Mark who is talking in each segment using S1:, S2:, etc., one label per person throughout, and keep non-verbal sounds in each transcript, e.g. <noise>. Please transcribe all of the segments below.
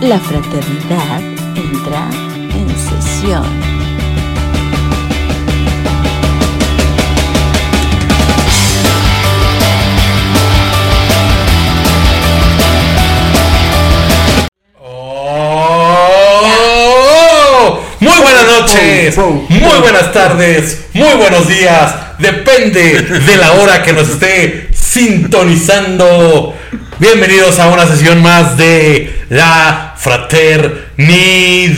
S1: La fraternidad entra en sesión.
S2: ¡Oh! Muy buenas noches,
S3: Pum, pum,
S2: muy buenas tardes, muy buenos días. Depende de la hora que nos esté sintonizando. Bienvenidos a una sesión más de La Fraternidad.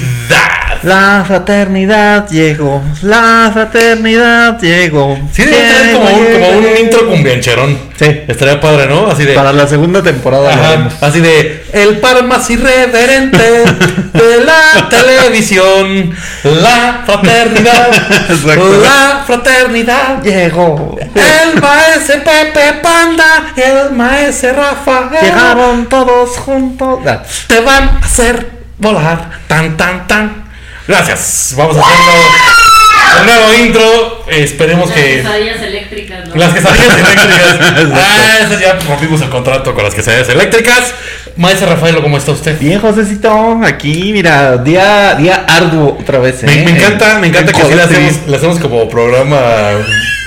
S3: La fraternidad llegó, la fraternidad llegó.
S2: Sí, debe tener como un, como un intro cumbiancherón.
S3: Sí.
S2: Estaría padre, ¿no? Así de.
S3: Para la segunda temporada lo
S2: Ajá,
S3: haremos.
S2: así de el par más
S3: <laughs>
S2: irreverente de la televisión, la fraternidad,
S3: <laughs> Exacto.
S2: la fraternidad.
S3: Llegó.
S2: El maese Pepe Panda, el maese Rafael,
S3: Llegaron todos juntos. Ah,
S2: te van a hacer volar, tan tan tan. Gracias, vamos a hacerlo. Un nuevo intro, esperemos
S4: Las
S2: que
S4: quesadillas eléctricas, ¿no?
S2: Las quesadillas <laughs> eléctricas.
S3: Exacto.
S2: ah, esas ya rompimos el contrato con las quesadillas eléctricas. Maese Rafaelo, ¿cómo está usted?
S3: Bien, Josecito, aquí, mira, día, día arduo otra vez.
S2: Me,
S3: ¿eh?
S2: me encanta, me encanta
S3: En
S2: que así le
S3: Codactiv.
S2: hacemos, le hacemos como
S3: <laughs>
S2: programa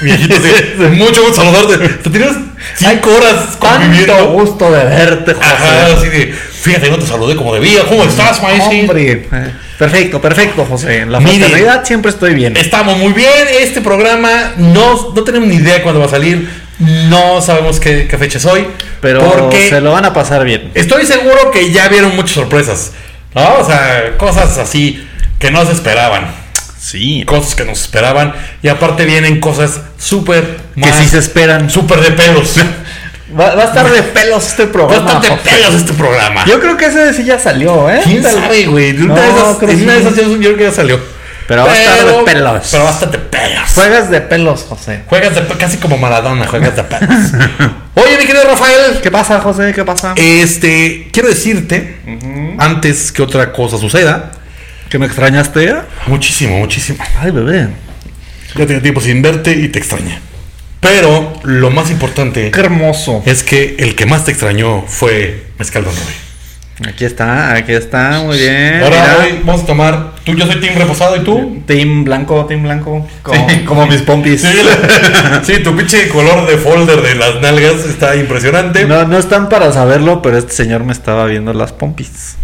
S2: viejito. así. Mucho gusto saludarte. Te tienes cinco horas
S3: Tanto
S2: conviviendo.
S3: gusto de verte, José.
S2: Ajá, así de. Fíjate, no te saludé como debía. ¿Cómo estás, Maese?
S3: Mm, Hombre, eh, perfecto, perfecto, José. En la
S2: Miren.
S3: fraternidad siempre estoy bien.
S2: Estamos muy bien. Este programa no, no tenemos ni idea cuándo va a salir. No sabemos qué, qué fecha es hoy.
S3: Pero
S2: porque
S3: se lo van a pasar bien.
S2: Estoy seguro que ya vieron muchas sorpresas, ¿no? O sea, cosas así que no se esperaban,
S3: Sí.
S2: cosas que nos esperaban, y aparte vienen cosas súper
S3: Que
S2: más-
S3: si se esperan.
S2: súper de
S3: <laughs>
S2: pelos.
S3: Va, va a estar de pelos este programa.
S2: Bastante
S3: José.
S2: pelos este programa.
S3: Yo creo que ese sí ya salió, ¿eh?
S2: ¿Quién
S3: Tal-
S2: sabe, güey? En una de
S3: No,
S2: esas,
S3: creo
S2: en
S3: que
S2: una de
S3: sí.
S2: esas yo, yo creo que ya salió.
S3: Pero va a estar de pelos.
S2: Pero bastante pelos.
S3: Juegas de pelos, José.
S2: Juegas de pe- casi como Maradona, juegas de pelos.
S3: <laughs>
S2: Oye, mi querido Rafael,
S3: ¿Qué pasa, José? ¿Qué pasa?
S2: este, quiero decirte, antes que otra cosa suceda,
S3: ¿Que me extrañaste ya?
S2: muchísimo, muchísimo.
S3: Ay, bebé.
S2: Ya tenía tiempo sin verte y te extraña. Pero lo más importante
S3: Qué hermoso.
S2: es que el que más te extrañó fue Mezcal Don Rui.
S3: Aquí está, aquí está, muy bien.
S2: Ahora
S3: Eh, mira.
S2: hoy vamos a tomar. Tú, yo soy Team Reposado y tú.
S3: Team blanco, team blanco. Como,
S2: Sí.
S3: <laughs> como mis pompis.
S2: Sí,
S3: <laughs>
S2: la- <laughs> sí, tu pinche color de folder de las nalgas está impresionante.
S3: No, no están para saberlo, pero este señor me estaba viendo las pompis.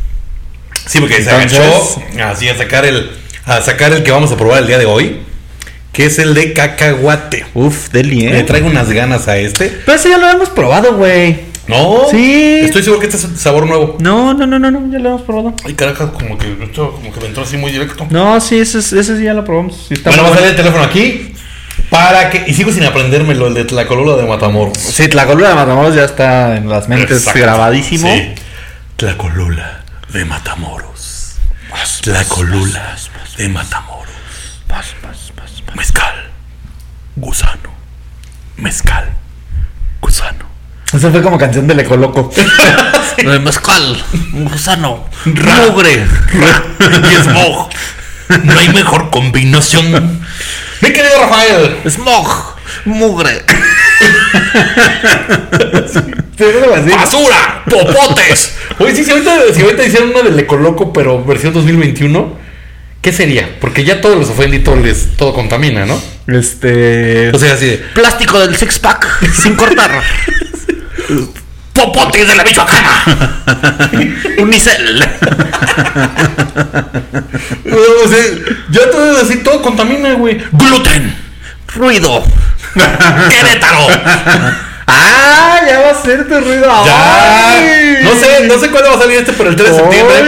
S2: Sí, porque se
S3: Entonces-
S2: agachó así a sacar el. A sacar el que vamos a probar el día de hoy. Que es el de cacahuate.
S3: Uf, deli,
S2: Le
S3: ¿eh?
S2: traigo unas ganas a este.
S3: Pero ese ya lo hemos probado, güey.
S2: No.
S3: Sí.
S2: Estoy seguro que este es un sabor nuevo.
S3: No, no, no, no, no, ya lo hemos probado.
S2: Ay, carajo, como que, esto como que me entró así muy directo.
S3: No, sí, ese, es- ese sí ya lo probamos. Sí, está
S2: Bueno,
S3: muy
S2: va a
S3: bueno.
S2: salir el teléfono aquí para que. Y sigo sin aprendérmelo, el de Tlacolula de Matamoros.
S3: Sí, Tlacolula de Matamoros ya está en las mentes
S2: Exacto.
S3: grabadísimo.
S2: Sí. Tlacolula de Matamoros. Tlacolula de Matamoros. Mezcal. Gusano. Mezcal. Gusano.
S3: Esa fue como canción de Le <laughs> Coloco.
S5: De mezcal, un gusano,
S2: Ra.
S5: mugre
S2: Y smog. No hay mejor combinación. Mi querido Rafael.
S5: smog, mugre.
S2: ¡Basura! ¡Popotes! Oye, sí, si ahorita, si ahorita hicieran una de Le Coloco, pero versión 2021, ¿qué sería? Porque ya todos los ofendí, todo, les, todo contamina, ¿no?
S3: Este.
S2: O sea, así de.
S5: Plástico del six pack, sin cortar.
S2: ¡Popotes de la Michoacana!
S5: Unicel.
S2: o sea, ya todo así, todo contamina, güey.
S5: Gluten. Ruido.
S2: ¡Querétaro!
S3: ¡Ah! Ya va a ser tu ruido
S2: ¡Ya!
S3: ¡Ay!
S2: No sé, no sé cuándo va a salir este, pero el 3 de
S3: Ay,
S2: septiembre.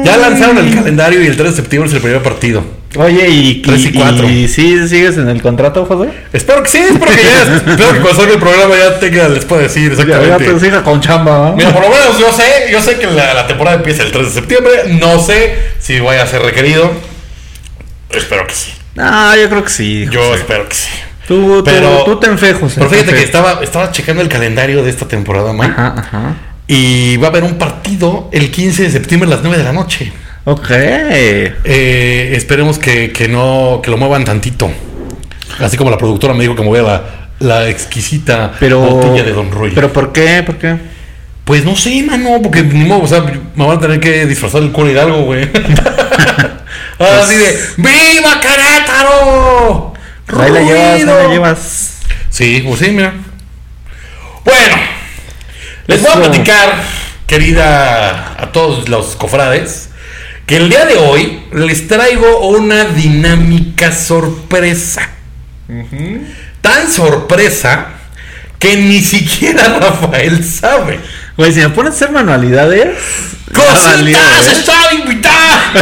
S3: uy.
S2: Ya lanzaron el calendario y el 3 de septiembre es el primer partido.
S3: Oye, y.
S2: Tres y
S3: y-
S2: cuatro.
S3: y sí sigues en el contrato, José?
S2: Espero que sí, espero que ya. <laughs> espero que cuando salga el programa ya tenga, les pueda decir
S3: Ya,
S2: exactamente.
S3: ya te sigas con chamba, ¿no?
S2: Mira, por lo menos yo sé, yo sé que la, la temporada empieza el 3 de septiembre. No sé si vaya a ser requerido. Espero que sí.
S3: Ah, yo creo que sí.
S2: Yo espero que sí.
S3: Tú, tú,
S2: Pero-
S3: tú te enfé, José.
S2: Pero fíjate
S3: te
S2: que
S3: enfé.
S2: estaba, estaba checando el calendario de esta temporada, Mike.
S3: Ajá, ajá.
S2: Y va a haber un partido el 15 de septiembre a las 9 de la noche.
S3: Ok.
S2: Eh, esperemos que, que no que lo muevan tantito. Así como la productora me dijo que moviera la, la exquisita
S3: Pero.
S2: tortilla de Don Roy.
S3: ¿Pero por qué? ¿Por qué?
S2: Pues no sé, mano, porque ni modo, o sea, me van a tener que disfrazar el cura Hidalgo,
S3: <laughs>
S2: güey.
S3: Pues
S2: Así de, ¡Viva Querétaro!
S3: Ahí la llevas, ahí la
S2: ¡Ruido!
S3: llevas.
S2: Sí, pues sí, mira. Bueno, les voy a
S3: Eso.
S2: platicar, querida, a todos los cofrades, que el día de hoy les traigo una dinámica sorpresa. Tan sorpresa que ni siquiera <laughs> Rafael sabe.
S3: Güey, si me ponen a hacer manualidades. ya valió,
S2: ¡Cositas!
S3: ¿eh?
S2: ¡Estaba invitada!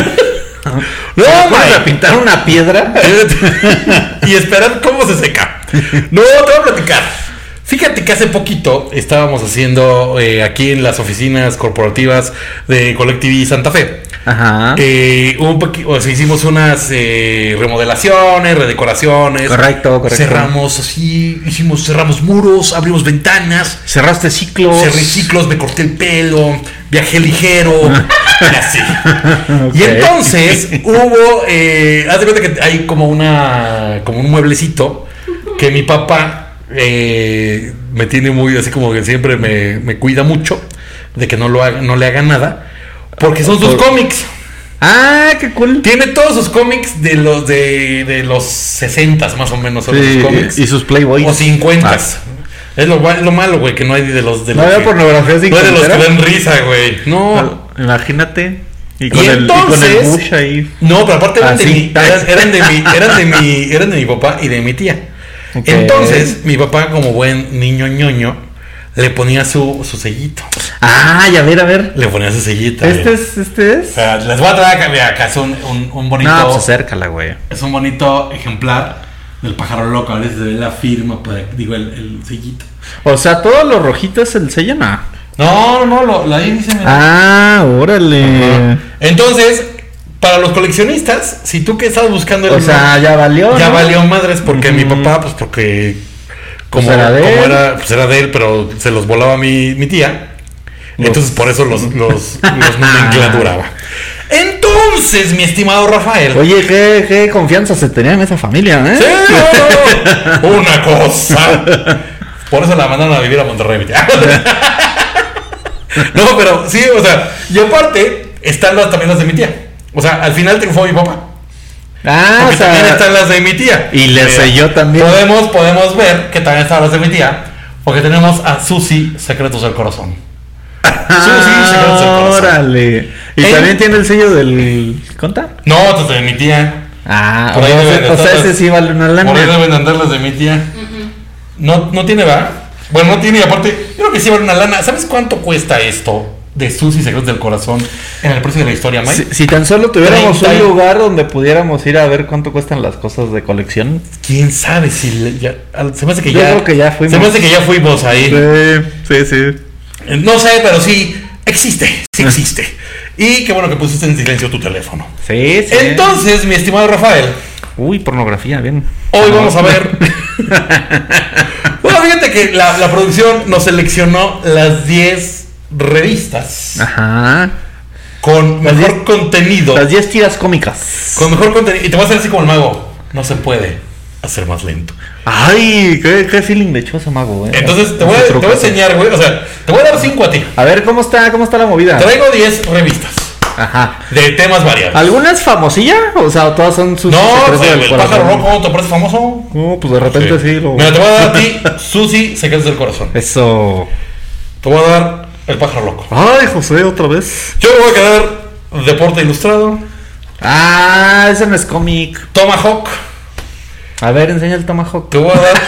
S3: No,
S2: No,
S3: vamos
S2: güey.
S3: a pintar una piedra.
S2: <laughs> y esperar cómo se seca. No, te voy a platicar. Fíjate que hace poquito estábamos haciendo eh, aquí en las oficinas corporativas de Colectivi Santa Fe.
S3: Ajá.
S2: eh, un poqui- o sea, hicimos unas eh, remodelaciones, redecoraciones.
S3: Correcto, correcto.
S2: Cerramos así, hicimos, cerramos muros, abrimos ventanas.
S3: Cerraste ciclos.
S2: Cerré ciclos, me corté el pelo, viajé
S3: <laughs>
S2: ligero, y así. Y
S3: Ok.
S2: entonces hubo, eh, haz de cuenta que hay como una, como un mueblecito que mi papá eh, me tiene muy, así como que siempre me, me cuida mucho de que no lo haga- no le haga nada, porque son sus
S3: Por-
S2: cómics.
S3: Ah, qué cool.
S2: Tiene todos sus cómics de los de, de los 60 más o menos son
S3: Sí,
S2: sus cómics. Oh,
S3: y sus Playboys.
S2: o 50 Es lo, gua- lo malo, güey, que no hay de los de
S3: No
S2: los
S3: había
S2: que-
S3: pornografía sin
S2: no es de los que
S3: camiseta.
S2: dan risa, güey. No.
S3: Al- Imagínate. Y
S2: Y
S3: con, el, y con el
S2: entonces-
S3: Bush ahí.
S2: No, pero aparte eran, de
S3: Así,
S2: mi,
S3: tac.
S2: eran,
S3: <laughs>
S2: eran de mi, eran de mi, eran de mi papá y de mi tía.
S3: Ok.
S2: Entonces, mi papá, como buen niño ñoño, le ponía su, su sellito.
S3: Ah, ya ver, a ver.
S2: Le ponía su sellito.
S3: Este
S2: güey.
S3: es, este
S2: O
S3: es.
S2: sea, les voy a traer acá, mira, acá es un, un, un bonito.
S3: No, pues acércala, güey.
S2: es un bonito ejemplar del pájaro loco. A veces se ve la firma, por aquí, digo, el, el sellito.
S3: O sea, todo lo rojito es el sello, no.
S2: Ah. No, no, no, lo, la ahí dice. mira.
S3: Ah, órale.
S2: Entonces, para los coleccionistas, si tú que estás buscando el
S3: O sea, ya valió.
S2: ya
S3: ¿no?
S2: valió madres porque mi
S3: Ujú.
S2: papá, pues porque como,
S3: Pues era de
S2: como
S3: él.
S2: era, pues era de él, pero se los volaba mi, mi tía.
S3: Los-
S2: Entonces por eso los, los, los nomenclaturaba. Entonces, mi estimado Rafael.
S3: Ah. Oye, qué, qué confianza se tenía en esa familia, ¿eh?
S2: Sí, no, no, no. <laughs> Una cosa. Por eso la mandaron a vivir a Monterrey. mi tía. <laughs> No, pero sí, o sea, y aparte están las, también las de mi tía. O sea, al final triunfó mi papá.
S3: Ah, o
S2: Porque también
S3: sea.
S2: están las de mi tía.
S3: Y le
S2: Mira,
S3: selló también.
S2: Podemos, podemos ver que también están las de mi tía. Porque tenemos a Susi Secretos del Corazón.
S3: Ah,
S2: Susi Secretos del Corazón.
S3: órale. Y
S2: En-
S3: también tiene el sello del. ¿Conta?
S2: No, las de mi tía.
S3: Ah,
S2: Por
S3: o,
S2: ahí
S3: sea,
S2: deben de
S3: o sea,
S2: estar las-
S3: ese sí vale una
S2: Por ahí
S3: lana.
S2: deben andar las de mi tía. No, no tiene, ¿verdad? Bueno, no tiene. Y aparte, yo creo que sí vale una lana. ¿Sabes cuánto cuesta esto de Susi Secretos del Corazón en el precio de la historia, Mike?
S3: Si, si tan solo tuviéramos
S2: 30 y-
S3: un lugar donde pudiéramos ir a ver cuánto cuestan las cosas de colección.
S2: ¿Quién sabe si le- ya- al- se me hace que
S3: Yo
S2: ya,
S3: creo que ya fuimos.
S2: Se me hace que ya fuimos ahí.
S3: sí, sí.
S2: No sé, pero sí existe, sí existe. Y qué bueno que pusiste en silencio tu teléfono.
S3: Sí, sí.
S2: Entonces, mi estimado Rafael,
S3: Uy, pornografía, bien.
S2: hoy
S3: No.
S2: vamos a
S3: <laughs>
S2: ver. bueno, fíjate que la, la producción nos seleccionó las 10 revistas
S3: Ajá.
S2: con
S3: Ah. Las
S2: mejor
S3: 10
S2: contenido.
S3: Las 10 tiras cómicas.
S2: Con mejor contenido. Y te voy a hacer así como el mago. No se puede hacer más lento.
S3: Ah, Ay, qué, qué feeling le echó ese mago, eh.
S2: Entonces, te
S3: Ese
S2: voy, a, te
S3: truco.
S2: voy a enseñar, güey. O sea, te voy a dar 5 a ti.
S3: A ver, ¿cómo está, cómo está la movida?
S2: Traigo 10 revistas
S3: Ajá.
S2: de temas variados.
S3: ¿Alguna es famosilla? O sea, todas son sus.
S2: No,
S3: secretos
S2: güey,
S3: del
S2: el pájaro
S3: corazón.
S2: rojo, ¿te parece famoso?
S3: No, pues de repente sí, lo.
S2: Mira, te voy a
S3: <laughs>
S2: dar a ti, Susi, secretos del corazón.
S3: Eso.
S2: Te voy a dar el pájaro loco.
S3: Ay, José, otra vez.
S2: Yo me voy a quedar Deporte Ilustrado,
S3: Ah, ese no es cómic.
S2: Tomahawk,
S3: A ver, enseña el Tomahawk.
S2: te voy a
S3: <laughs>
S2: dar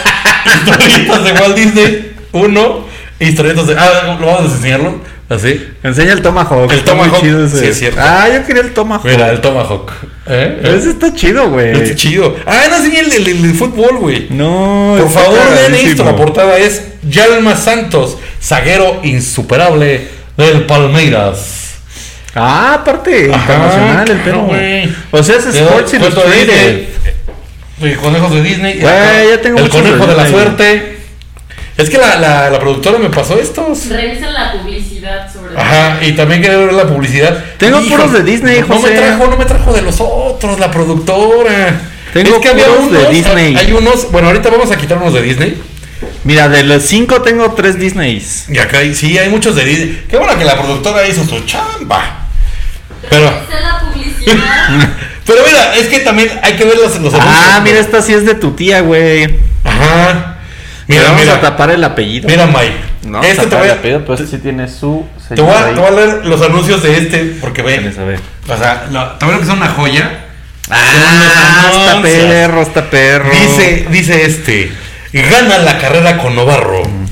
S2: historietas de Walt Disney, uno, e historietas de. Ah, lo vamos a enseñarlo. Así.
S3: Enseña el Tomahawk.
S2: El
S3: está muy
S2: Tomahawk,
S3: chido ese.
S2: sí, es cierto.
S3: Ah, yo quería el Tomahawk.
S2: Mira, el Tomahawk. ¿Eh?
S3: Ese está chido,
S2: Está
S3: güey.
S2: chido. Ah, no enseñé el del el del fútbol, güey.
S3: No,
S2: Por
S3: está
S2: favor, vean
S3: cagadísimo.
S2: esto. La portada es Yalma Santos, zaguero insuperable del Palmeiras.
S3: Ah, aparte,
S2: Ajá,
S3: internacional el
S2: claro,
S3: perro.
S2: güey.
S3: O sea, es
S2: Le doy
S3: Este Sports
S2: cuento de
S3: Illustrated.
S2: Disney, eh, Conejos de Disney.
S3: Güey,
S2: acá,
S3: ya tengo
S2: el
S3: muchos
S2: conejo de la
S3: ahí.
S2: suerte. Es que la, la- la productora me pasó estos.
S4: Revisan la publicidad sobre
S2: Ajá, y también quiero ver la publicidad.
S3: Tengo puros de Disney,
S2: no,
S3: José.
S2: me trajo, no me trajo de los otros, la productora.
S3: Tengo puros de Disney.
S2: Hay unos, bueno, ahorita vamos a quitar unos de Disney.
S3: Mira, de los cinco tengo tres Disneys.
S2: Y acá hay- sí hay muchos de Disney. Qué bueno que la productora hizo su chamba. Pero,
S4: Está la publicidad.
S2: pero mira, es que también hay que ver los, los
S3: Ah,
S2: anuncios.
S3: mira, esta sí es de tu tía, güey.
S2: Ajá.
S3: Le
S2: Mira,
S3: vamos a
S2: mira.
S3: tapar el apellido.
S2: Mira, Mike.
S3: No,
S2: este te voy a.
S3: pues sí tiene su
S2: Te voy a, te voy a leer los anuncios de este, porque ve.
S3: a ver.
S2: O sea, la- te voy a leer que es una joya.
S3: Ah,
S2: Son los
S3: está
S2: anuncios.
S3: perro, está perro.
S2: Dice, dice este. Gana la carrera con Novarro.
S3: Mm.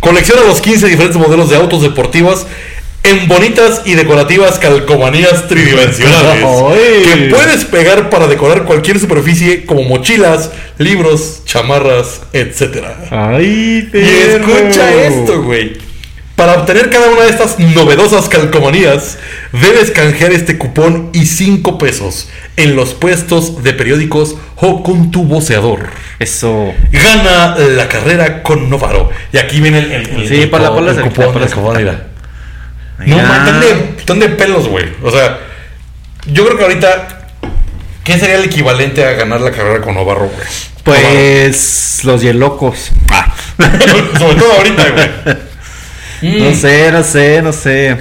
S2: Colecciona los 15 diferentes modelos de autos deportivos en bonitas y decorativas calcomanías tridimensionales.
S3: ¡Ay!
S2: que puedes pegar para decorar cualquier superficie como mochilas, libros, chamarras, etc.
S3: Ay,
S2: Y
S3: perro.
S2: escucha esto, güey. Para obtener cada una de estas novedosas calcomanías, debes canjear este cupón y 5 pesos en los puestos de periódicos o con tu voceador
S3: Eso.
S2: gana la carrera con Novaro. Y aquí viene el, el, el-
S3: Sí,
S2: el
S3: por la
S2: cu-
S3: cola
S2: el
S3: se quita,
S2: cupón,
S3: por la
S2: el cupón,
S3: cola.
S2: mira. No,
S3: Ya.
S2: man, tan de, tan de pelos, güey. O sea, yo creo que ahorita, ¿qué sería el equivalente a ganar la carrera con Novaro, güey?
S3: Pues los yelocos. <laughs>
S2: Novaro. Sobre todo ahorita, güey.
S3: No sé, no sé, no sé.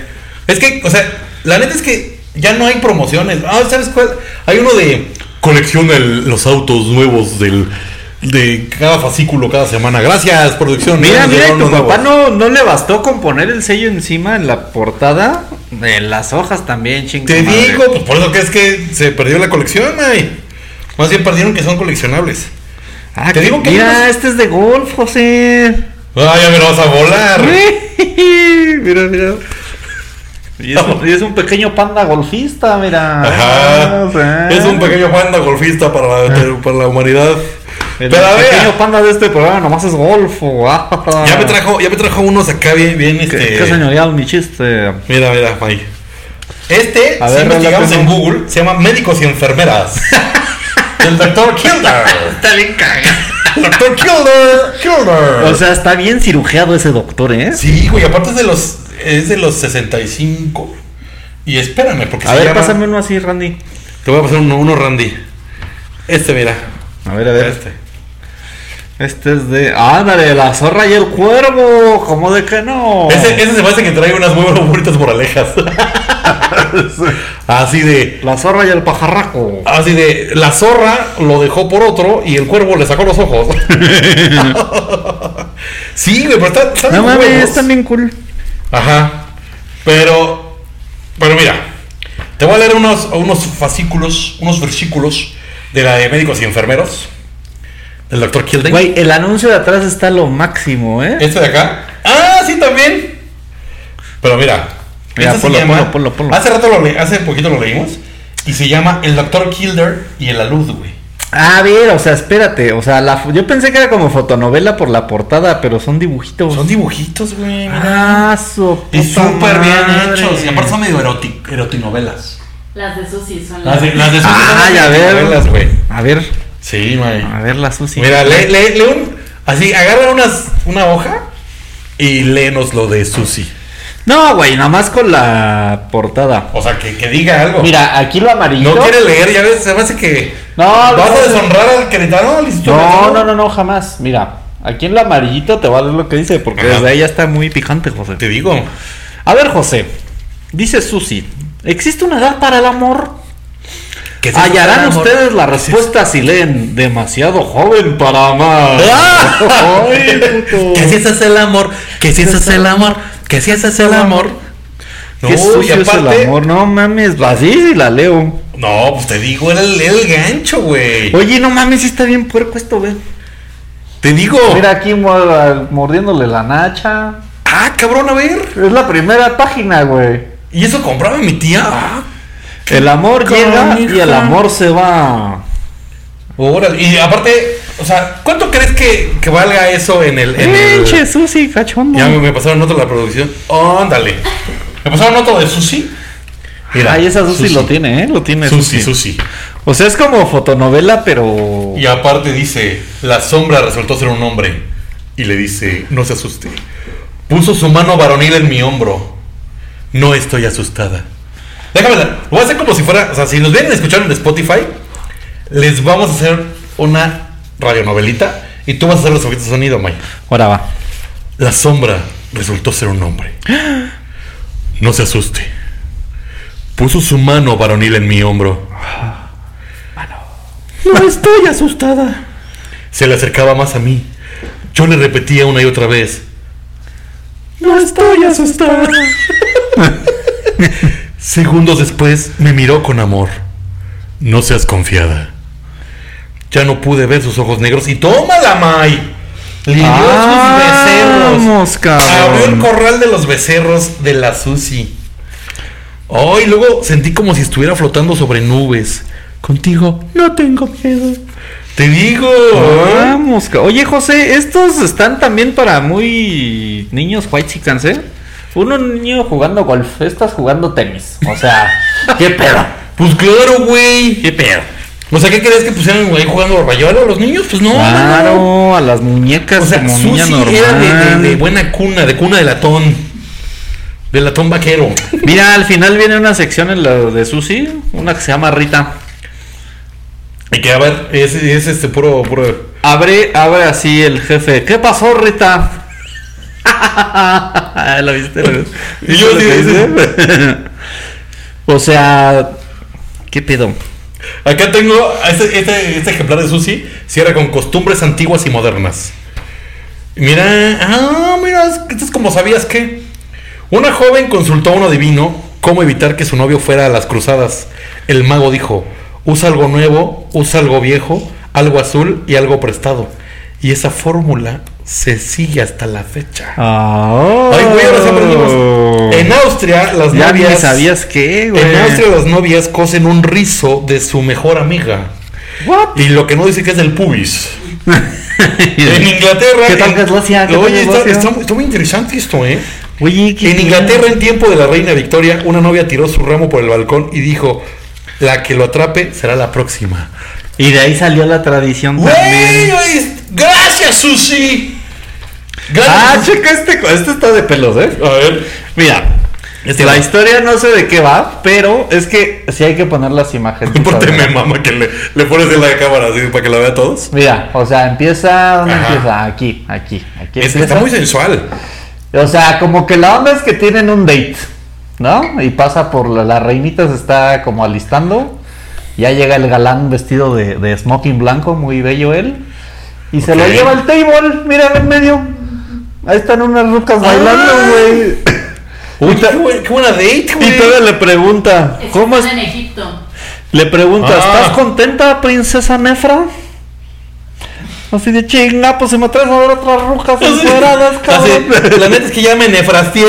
S2: Es que, o sea, la neta es que ya no hay promociones. Ah, ¿sabes cuál? Hay uno de colecciona el- los autos nuevos del de cada fascículo cada semana. Gracias, producción.
S3: Mira,
S2: Nos
S3: mira, y
S2: llegaron
S3: tu
S2: unos
S3: papá
S2: nuevos.
S3: no, no le bastó con poner el sello encima en la portada. De las hojas también, chingada.
S2: Te
S3: madre.
S2: digo, pues por eso que es que se perdió la colección, ay. Más bien perdieron que son coleccionables.
S3: Ah,
S2: te
S3: que-
S2: digo que
S3: mira,
S2: hay unos-
S3: este es de golf,
S2: <laughs>
S3: José.
S2: Ah, ya me lo vas a volar.
S3: mira, mira. Y es, un, y es un pequeño panda golfista, mira. Ah, o sea. Ah.
S2: Ajá. Es un pequeño panda golfista para la, para la humanidad.
S3: El
S2: Pero a ver.
S3: pequeño panda de este programa nomás es golfo. ah.
S2: Ya me trajo, ya me trajo unos acá bien, bien
S3: Qué,
S2: este.
S3: qué señorial mi chiste.
S2: Mira, mira, May. Este,
S3: A
S2: si
S3: ver,
S2: investigamos
S3: relátame.
S2: en Google, se llama Médicos y
S3: <laughs>
S2: Enfermeras. El doctor Kilder.
S5: Está bien cagado.
S2: <laughs> Doctor Kilder. Kilder.
S3: O sea, está bien cirujeado ese doctor, ¿eh?
S2: Sí, güey, aparte es de los, es de los 65. Y espérame, porque
S3: a
S2: se
S3: ver,
S2: llama-
S3: pásame uno así, Randy.
S2: Te voy a pasar uno, uno Randy. Este, mira.
S3: A ver, a ver.
S2: Este.
S3: Este es de. Ándale, la zorra y el cuervo. ¿Cómo de que no?
S2: Ese, ese se me hace que trae unas muy bonitas
S3: <laughs>
S2: moralejas. <laughs> así de.
S3: La zorra y el pajarraco.
S2: Así de. La zorra lo dejó por otro y el cuervo le sacó los
S3: <laughs>
S2: ojos. sí, güey, pero está. está
S3: No
S2: bien
S3: mames,
S2: buenos.
S3: están bien cool.
S2: Ajá. Pero, pero mira, te voy a leer unos, unos fascículos, unos versículos de la de médicos y enfermeros del doctor Kilden.
S3: Güey, el anuncio de atrás está lo máximo, ¿eh?
S2: Este de acá. Ah, sí, también. Pero mira,
S3: Mira,
S2: este se
S3: ponlo,
S2: llama-
S3: ponlo, ponlo, ponlo.
S2: Hace rato lo le- hace poquito lo leímos y se llama El doctor Kilder y el alud, güey.
S3: A ver, o sea, espérate. O sea, la, fo- yo pensé que era como fotonovela por la portada, pero son dibujitos.
S2: Son dibujitos, güey. mira.
S3: Ah, su
S2: Pues, y
S3: puta
S2: súper bien
S3: madre.
S2: hechos. Y aparte son medio erotic- erotinovelas.
S4: Las de Susi son
S2: Las
S4: las.
S2: de, las de
S3: Ah, ya
S2: erotinovelas, güey. Ah,
S3: ver. A ver,
S2: Sí, güey.
S3: a ver la Susi.
S2: Mira, lee, lee, lee un. Así, agarra unas, una hoja y léenos lo de Susi.
S3: No, güey, nada más con la portada.
S2: O sea, que, que diga algo.
S3: Mira, aquí lo amarillo.
S2: no quiere leer, ya ves, se me hace que.
S3: No,
S2: ¿Vas
S3: no.
S2: a deshonrar al queretano? al instituto
S3: No,
S2: queretano?
S3: no, no, no, jamás. Mira, aquí en lo amarillito te va a leer lo que dice, porque
S2: Ajá.
S3: desde ahí ya está muy picante, José.
S2: Te digo.
S3: A ver, José. Dice Susi, ¿existe una edad para el amor?
S2: Que se-
S3: Hallarán
S2: amor.
S3: ustedes la respuesta si leen demasiado joven para
S2: <laughs>
S3: amar. Ay, puto.
S2: Que si ese es el amor, que si ese es el amor, que si ese es el amor. No,
S3: Qué
S2: y
S3: sucio es el
S2: aparte-
S3: amor, no mames, así sí la leo.
S2: No, pues te digo, era el, el gancho, güey.
S3: Oye, no mames, sí está bien puerco esto, ve.
S2: Te digo.
S3: Mira aquí mo- mordiéndole la nacha.
S2: Ah, cabrón, a ver.
S3: Es la primera página, güey.
S2: ¿Y eso compraba mi tía? Ah,
S3: El amor
S2: Con
S3: llega
S2: hija.
S3: y el amor se va.
S2: Órale, y aparte, o sea, ¿cuánto crees que, que valga eso en el. en el-
S3: Pinche Susi, cachondo.
S2: Ya me, me pasaron otro de la producción. Ándale. Me pasaron otro de Susi. Mira.
S3: Ay, esa Susi, lo tiene, ¿eh? Lo tiene
S2: Susi, Susi.
S3: O sea, es como fotonovela, pero.
S2: Y aparte dice: La sombra resultó ser un hombre. Y le dice: No se asuste. Puso su mano varonil en mi hombro. No estoy asustada. Déjamela. Lo voy a hacer como si fuera. O sea, si nos vienen a escuchar en Spotify, les vamos a hacer una radionovelita. Y tú vas a hacer los efectos de sonido, Maya.
S3: Ahora va.
S2: La sombra resultó ser un hombre. No se asuste. Puso su mano varonil en mi hombro.
S3: No estoy asustada.
S2: Se le acercaba más a mí. Yo le repetía una y otra vez.
S3: No estoy asustada.
S2: Segundos después me miró con amor. No seas confiada. Ya no pude ver sus ojos negros y tómala, May. Lidió sus becerros.
S3: Vamos,
S2: Abrió el
S3: cabrón.
S2: corral de los becerros de la Susi. Oh, y luego sentí como si estuviera flotando sobre nubes. Contigo no tengo miedo. Te digo.
S3: Vamos, ca- Oye, José, estos están también para muy niños white chicans, ¿eh? Uno niño jugando golf, estás jugando tenis. O sea, ¿qué pedo?
S2: Pues claro, güey.
S3: ¿Qué pedo?
S2: O sea, ¿qué crees que pusieran ahí jugando rayola a los niños? Pues no. no, no.
S3: <laughs> Claro, a las muñecas
S2: O sea,
S3: como niña
S2: Susi era de,
S3: normal.
S2: de- de buena cuna, de cuna de latón. De latón vaquero.
S3: Mira, al final viene una sección en la de Susi, una que se llama Rita.
S2: Y que a ver, es, es este puro, puro.
S3: Abre, abre así el jefe. ¿Qué pasó, Rita? <laughs> ¿Lo viste? ¿Lo viste?
S2: Y yo
S3: ¿Lo
S2: sí,
S3: viste? <laughs> o sea, ¿qué pedo?
S2: Acá tengo a este, este- este ejemplar de Susi, cierra con costumbres antiguas y modernas. Mira, ah, mira, es- esto es como sabías que. Una joven consultó a uno divino cómo evitar que su novio fuera a las cruzadas. El mago dijo: usa algo nuevo, usa algo viejo, algo azul y algo prestado. Y esa fórmula se sigue hasta la fecha. Ay, güey, ahora sí
S3: Oh.
S2: aprendimos. En Austria, las
S3: ya ni
S2: novias.
S3: sabías qué, güey.
S2: En Austria, las novias cosen un rizo de su mejor amiga.
S3: What?
S2: Y lo que no dice que es del pubis. <laughs> En Inglaterra.
S3: ¿Qué tal
S2: en-
S3: que es Lacia? ¿Qué tal
S2: Oye,
S3: que es
S2: está,
S3: Lacia?
S2: está muy- está muy interesante esto, ¿eh?
S3: <laughs> Oye, ¿qué
S2: En
S3: pedo?
S2: Inglaterra, en tiempo de la reina Victoria, una novia tiró su ramo por el balcón y dijo: La que lo atrape será la próxima.
S3: Y de ahí salió la tradición
S2: ¡Güey!
S3: también.
S2: oye, ¡Gracias, Susi!
S3: Ah,
S2: ¡Gracias!
S3: checa este. co- Este está de pelos, ¿eh?
S2: a ver.
S3: Mira.
S2: Este
S3: la
S2: va.
S3: historia no sé de qué va, pero es que sí hay que poner las imágenes.
S2: Aparte
S3: ¿sabes?
S2: me mama que le, le pones en la cámara así para que la vea todos.
S3: Mira, o sea, empieza. ¿Dónde
S2: Ajá.
S3: empieza? Aquí, aquí, aquí.
S2: Es que
S3: empieza.
S2: Este está muy sensual.
S3: O sea, como que la onda es que tienen un date, ¿no? Y pasa por la, la reinita, se está como alistando. Ya llega el galán vestido de, de smoking blanco, muy bello él. Y se lo
S2: Ok.
S3: lleva al table, mira en medio. Ahí están unas rucas bailando, güey.
S2: Ah. Uy,
S3: Y
S2: qué,
S3: ta-
S2: buen- qué buena date,
S3: Y
S2: güey.
S3: todavía le pregunta,
S4: Están
S3: ¿cómo es?
S4: en Egipto.
S3: Le pregunta,
S2: Ah.
S3: ¿estás contenta, princesa Nefra? Así de chinga, pues se me traes a ver otras rucas encueradas, cabrón.
S2: Así, la neta es que ya me nefrastié.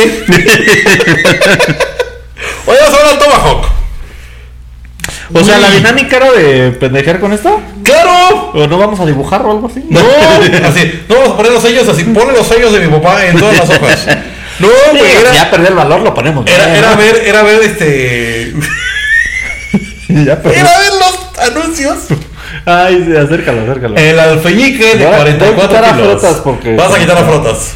S2: Oye, vas a hablar Tomahawk.
S3: O sea, la
S2: Uy.
S3: dinámica era de pendejear con esto.
S2: ¡Claro!
S3: ¿O no vamos a dibujar o algo así? <laughs>
S2: <laughs> No, así, no vamos a poner los sellos así, pone los sellos de mi papá en todas las hojas. No,
S3: Sí,
S2: güey,
S3: si ya
S2: era,
S3: perdió el valor, lo ponemos.
S2: era,
S3: bien,
S2: era
S3: ¿no?
S2: ver, era ver este.
S3: <laughs> Ya perdió.
S2: Era ver los anuncios.
S3: Ay, sí, acércalo, acércalo.
S2: El alfeñique de
S3: Ahora,
S2: 44
S3: voy a quitar a
S2: kilos.
S3: Frotas porque-
S2: Vas a quitar a frotas.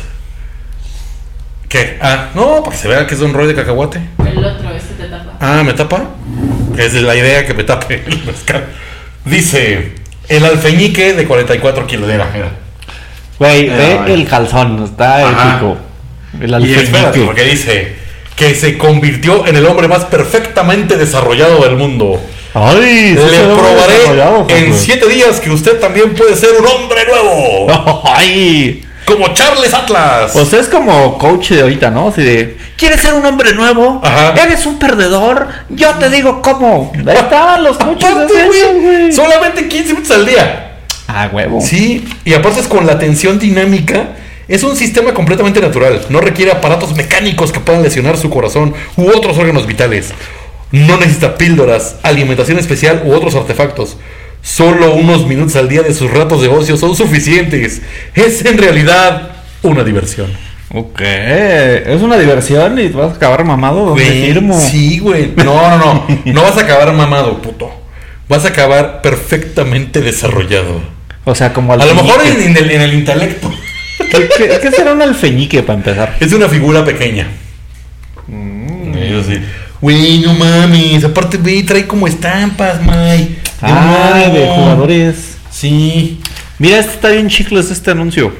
S2: ¿Qué? Ah, no, para que se vea que es un rollo de cacahuate.
S4: El otro, es que te tapa.
S2: Ah, ¿me tapa? Es la idea que me tape. <laughs> el mascar- Dice, el alfeñique de 44 kilos. Mira, mira.
S3: Güey, ve
S2: Ay.
S3: el calzón, está
S2: Ajá.
S3: épico. El
S2: Y espérate,
S3: alfeñique.
S2: porque dice que se convirtió en el hombre más perfectamente desarrollado del mundo.
S3: Ay,
S2: Le
S3: sí se ve muy desarrollado,
S2: probaré en
S3: Josué.
S2: 7 días que usted también puede ser un hombre nuevo.
S3: <laughs> Ay.
S2: Como Charles Atlas.
S3: O sea, es como coach de ahorita, ¿no? Así de, ¿quieres ser un hombre nuevo?
S2: Ajá.
S3: ¿Eres un perdedor? Yo te digo cómo. Ahí estaban
S2: <laughs>
S3: los coaches.
S2: Aparte,
S3: de eso,
S2: güey,
S3: Pues güey.
S2: Solamente 15 minutos al día.
S3: Ah, huevo.
S2: Sí, y aparte es con la tensión dinámica. Es un sistema completamente natural. No requiere aparatos mecánicos que puedan lesionar su corazón u otros órganos vitales. No necesita píldoras, alimentación especial u otros artefactos. Solo unos minutos al día de sus ratos de ocio son suficientes. Es en realidad una diversión.
S3: Ok. Es una diversión y vas a acabar mamado donde
S2: Güey,
S3: firmo.
S2: Sí, güey. No, no, no. No vas a acabar mamado, puto. Vas a acabar perfectamente desarrollado.
S3: O sea, como
S2: A lo
S3: alfeñique.
S2: mejor en, en el, en el intelecto.
S3: ¿Qué, qué- qué será un alfeñique para empezar?
S2: Es una figura pequeña.
S3: Mm.
S2: Yo sí. Güey, no mames. Aparte, güey, trae como estampas, May.
S3: Ah, de
S2: nuevo.
S3: jugadores.
S2: Sí.
S3: Mira, este está bien chicles este anuncio.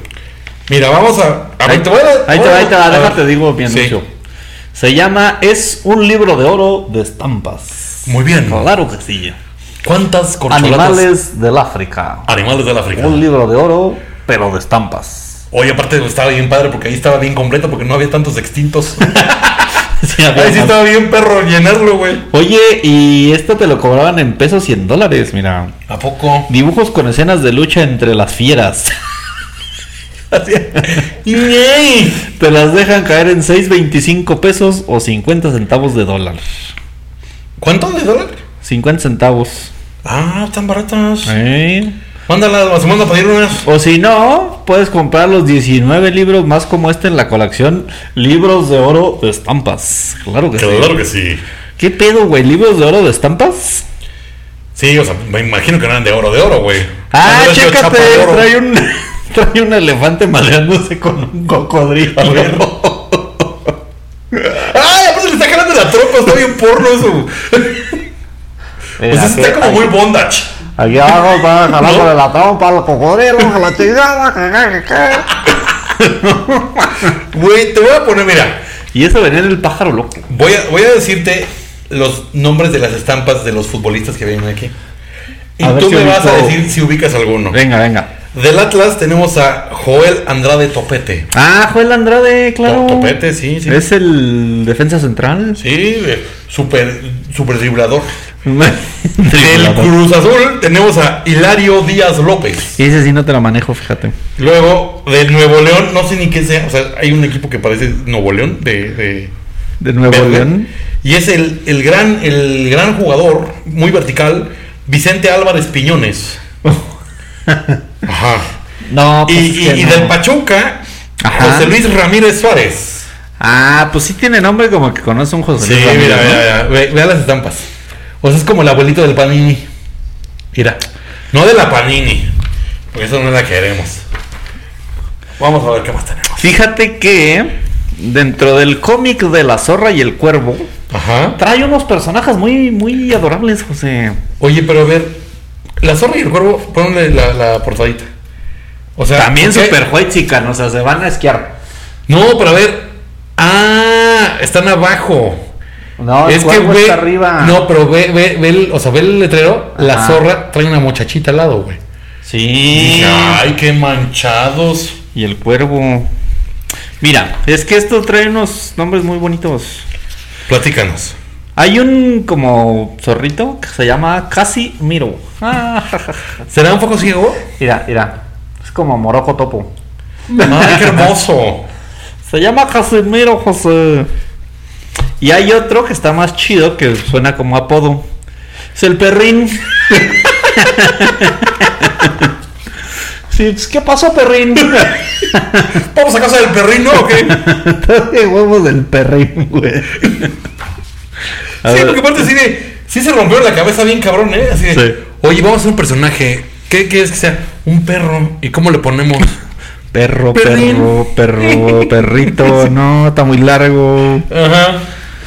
S2: Mira, vamos a. a
S3: Ahí
S2: te voy a-
S3: Ahí te va, ahí te va,
S2: a ver.
S3: déjate, digo mi
S2: Oh. Sí.
S3: anuncio. Se llama Es un libro de oro de estampas.
S2: Muy bien.
S3: Claro que sí.
S2: ¿Cuántas corcholatas?
S3: Animales del África.
S2: Animales del África.
S3: Un libro de oro, pero de estampas.
S2: Oye, aparte estaba bien padre porque ahí estaba bien completo porque no había tantos
S3: <laughs>
S2: extintos.
S3: Sí, había
S2: ahí sí
S3: más.
S2: estaba bien perro llenarlo, güey.
S3: Oye, y esto te lo cobraban en pesos y en dólares, mira.
S2: ¿A poco?
S3: Dibujos con escenas de lucha entre las fieras. <laughs> Así- te las dejan caer en 6.25 pesos o 50 centavos de dólar.
S2: ¿Cuánto de dólar?
S3: 50 centavos.
S2: Ah, están baratas.
S3: ¿Eh?
S2: Mándala a su manda a pedir unas.
S3: O si no, puedes comprar los 19 libros más como este en la colección Libros de Oro de Estampas. Claro que sí.
S2: Claro que sí.
S3: ¿Qué pedo, güey? ¿Libros de Oro de Estampas?
S2: Sí, o sea, me imagino que no eran de oro, de oro, güey. No
S3: Ah,
S2: eran de
S3: chécate,
S2: chapa de oro.
S3: trae un, <laughs> trae un elefante maleándose con un <laughs> cocodrilo.
S2: A ver. Ay, aparte le está jalando la tropa, está bien porno <laughs> eso.
S3: Mira,
S2: Pues eso está
S3: aquí-
S2: como muy bondage.
S3: Aquí abajo está
S2: ¿No?
S3: jalándole la trompa al cocodrilo, a la chingada, que- que- que-
S2: Güey, te voy a poner, mira,
S3: que. Y eso venía en el pájaro loco.
S2: voy a, voy a decirte los nombres de las estampas de los futbolistas que vienen aquí. Y
S3: A ver
S2: tú
S3: si
S2: me vas a
S3: ubico-
S2: decir si ubicas alguno.
S3: Venga, venga.
S2: Del Atlas tenemos a Joel Andrade Topete.
S3: Ah, Joel Andrade, claro.
S2: To- Topete, sí, sí.
S3: Es el defensa central. <laughs>
S2: Sí, eh, super, super driblador. Del
S3: Del
S2: Cruz Azul tenemos a Hilario Díaz López.
S3: Ese sí no te lo manejo, fíjate.
S2: Luego, del Nuevo León, no sé ni qué sea. O sea, hay un equipo que parece Nuevo León de, de
S3: De Nuevo
S2: verde.
S3: León.
S2: <laughs> Y es el, el gran, el gran jugador, muy vertical, Vicente Álvarez Piñones. Ajá.
S3: No,
S2: Y,
S3: pues es
S2: y-
S3: que
S2: y
S3: no.
S2: del Pachuca,
S3: Ajá.
S2: José Luis Ramírez Suárez.
S3: Ah, pues sí tiene nombre como que conoce un José
S2: Sí,
S3: Luis
S2: mira,
S3: Ramírez,
S2: mira,
S3: ¿no?
S2: mira. Ve, vea las estampas. O sea, es como el abuelito del Panini. Mira. No de la Panini. Porque eso no la queremos. Vamos a ver qué más tenemos.
S3: Fíjate que dentro del cómic de la zorra y el cuervo
S2: Ajá.
S3: trae unos personajes muy, muy adorables, José.
S2: Oye, pero a ver, la zorra y el cuervo, ponle la, la portadita. O sea,
S3: También
S2: ¿por qué?
S3: super chican, o sea, se van a esquiar.
S2: No, pero a ver. Ah, están abajo.
S3: No,
S2: es que ve.
S3: está arriba.
S2: No, pero ve, ve, ve el, o sea, ve el letrero. La
S3: Ajá.
S2: zorra trae una muchachita al lado, güey.
S3: Sí.
S2: qué manchados.
S3: Y el cuervo. Mira, es que esto trae unos nombres muy bonitos.
S2: Platícanos.
S3: Hay un como zorrito que se llama Ah, Casi Miro.
S2: ¿Será un poco ciego?
S3: mira, mira. Es como Moroco Topo.
S2: Ay, Ah, qué hermoso.
S3: Se llama Casimiro José. Y hay otro que está más chido que suena como apodo. Es el perrín. <laughs> Sí, pues, ¿Qué pasó, <laughs> perrín?
S2: ¿Vamos a casa del perrino o
S3: <laughs>
S2: qué?
S3: ¿Qué huevos del perrín, güey? A
S2: Sí,
S3: ver.
S2: porque aparte sí, de- sí se rompió la cabeza bien cabrón, ¿eh? Así de,
S3: Sí.
S2: oye, vamos a hacer un personaje. ¿Qué quieres que sea? Un perro. ¿Y cómo le ponemos?
S3: Perro,
S2: Perrín.
S3: perro, <laughs> perro, perrito. No, está muy largo.
S2: Ajá.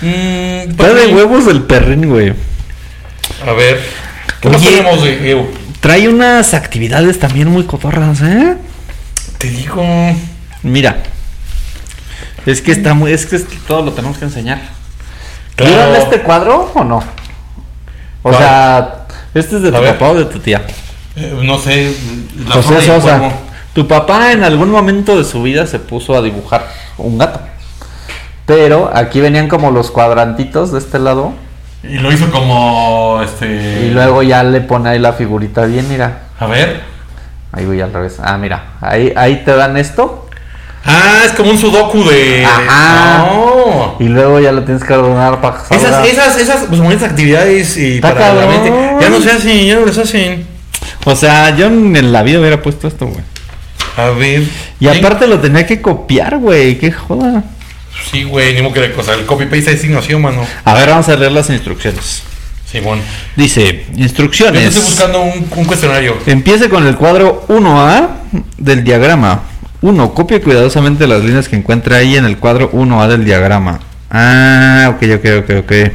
S2: Mm,
S3: Está de
S2: pues,
S3: huevos del perrín, güey.
S2: A ver. ¿Qué más
S3: Oye.
S2: tenemos, eh, Diego?
S3: Trae unas actividades también muy cotorras, ¿eh?
S2: Te digo.
S3: Mira. Es que está muy. Es que es- todo lo tenemos que enseñar.
S2: Claro.
S3: ¿Vieron este cuadro o no? O
S2: ¿Cuál?
S3: sea, este es de
S2: A
S3: tu
S2: ver.
S3: papá o de tu tía.
S2: Eh, no sé. La
S3: José
S2: flor del
S3: Sosa.
S2: cuervo.
S3: Tu papá en algún momento de su vida se puso a dibujar un gato. Pero aquí venían como los cuadrantitos de este lado.
S2: Y lo hizo como. Este.
S3: Y luego ya le pone ahí la figurita bien, mira.
S2: A ver.
S3: Ahí voy al revés. Ah, mira. Ahí, ahí te dan esto.
S2: Ah, es como un sudoku de.
S3: Ajá.
S2: No.
S3: Y luego ya lo tienes que ordenar para que
S2: Esas,
S3: salga.
S2: esas, esas, pues, bonitas actividades y
S3: Está
S2: para la
S3: cabrón.
S2: mente. Ya no se hacen, ya no les hacen.
S3: O sea, yo en la vida hubiera puesto esto, güey.
S2: A ver.
S3: Y aparte lo tenía que copiar, güey. Qué joda.
S2: Sí, güey, ni modo que le cosa. El copy paste es signación, mano.
S3: A ver, vamos a leer las instrucciones.
S2: Sí, bueno.
S3: Dice,
S2: Yo te
S3: instrucciones.
S2: estoy buscando un, un cuestionario.
S3: Empiece con el cuadro 1A del diagrama. 1. Copie cuidadosamente las líneas que encuentra ahí en el cuadro 1A del diagrama. Ah, ok, ok, ok, ok.
S2: Eh,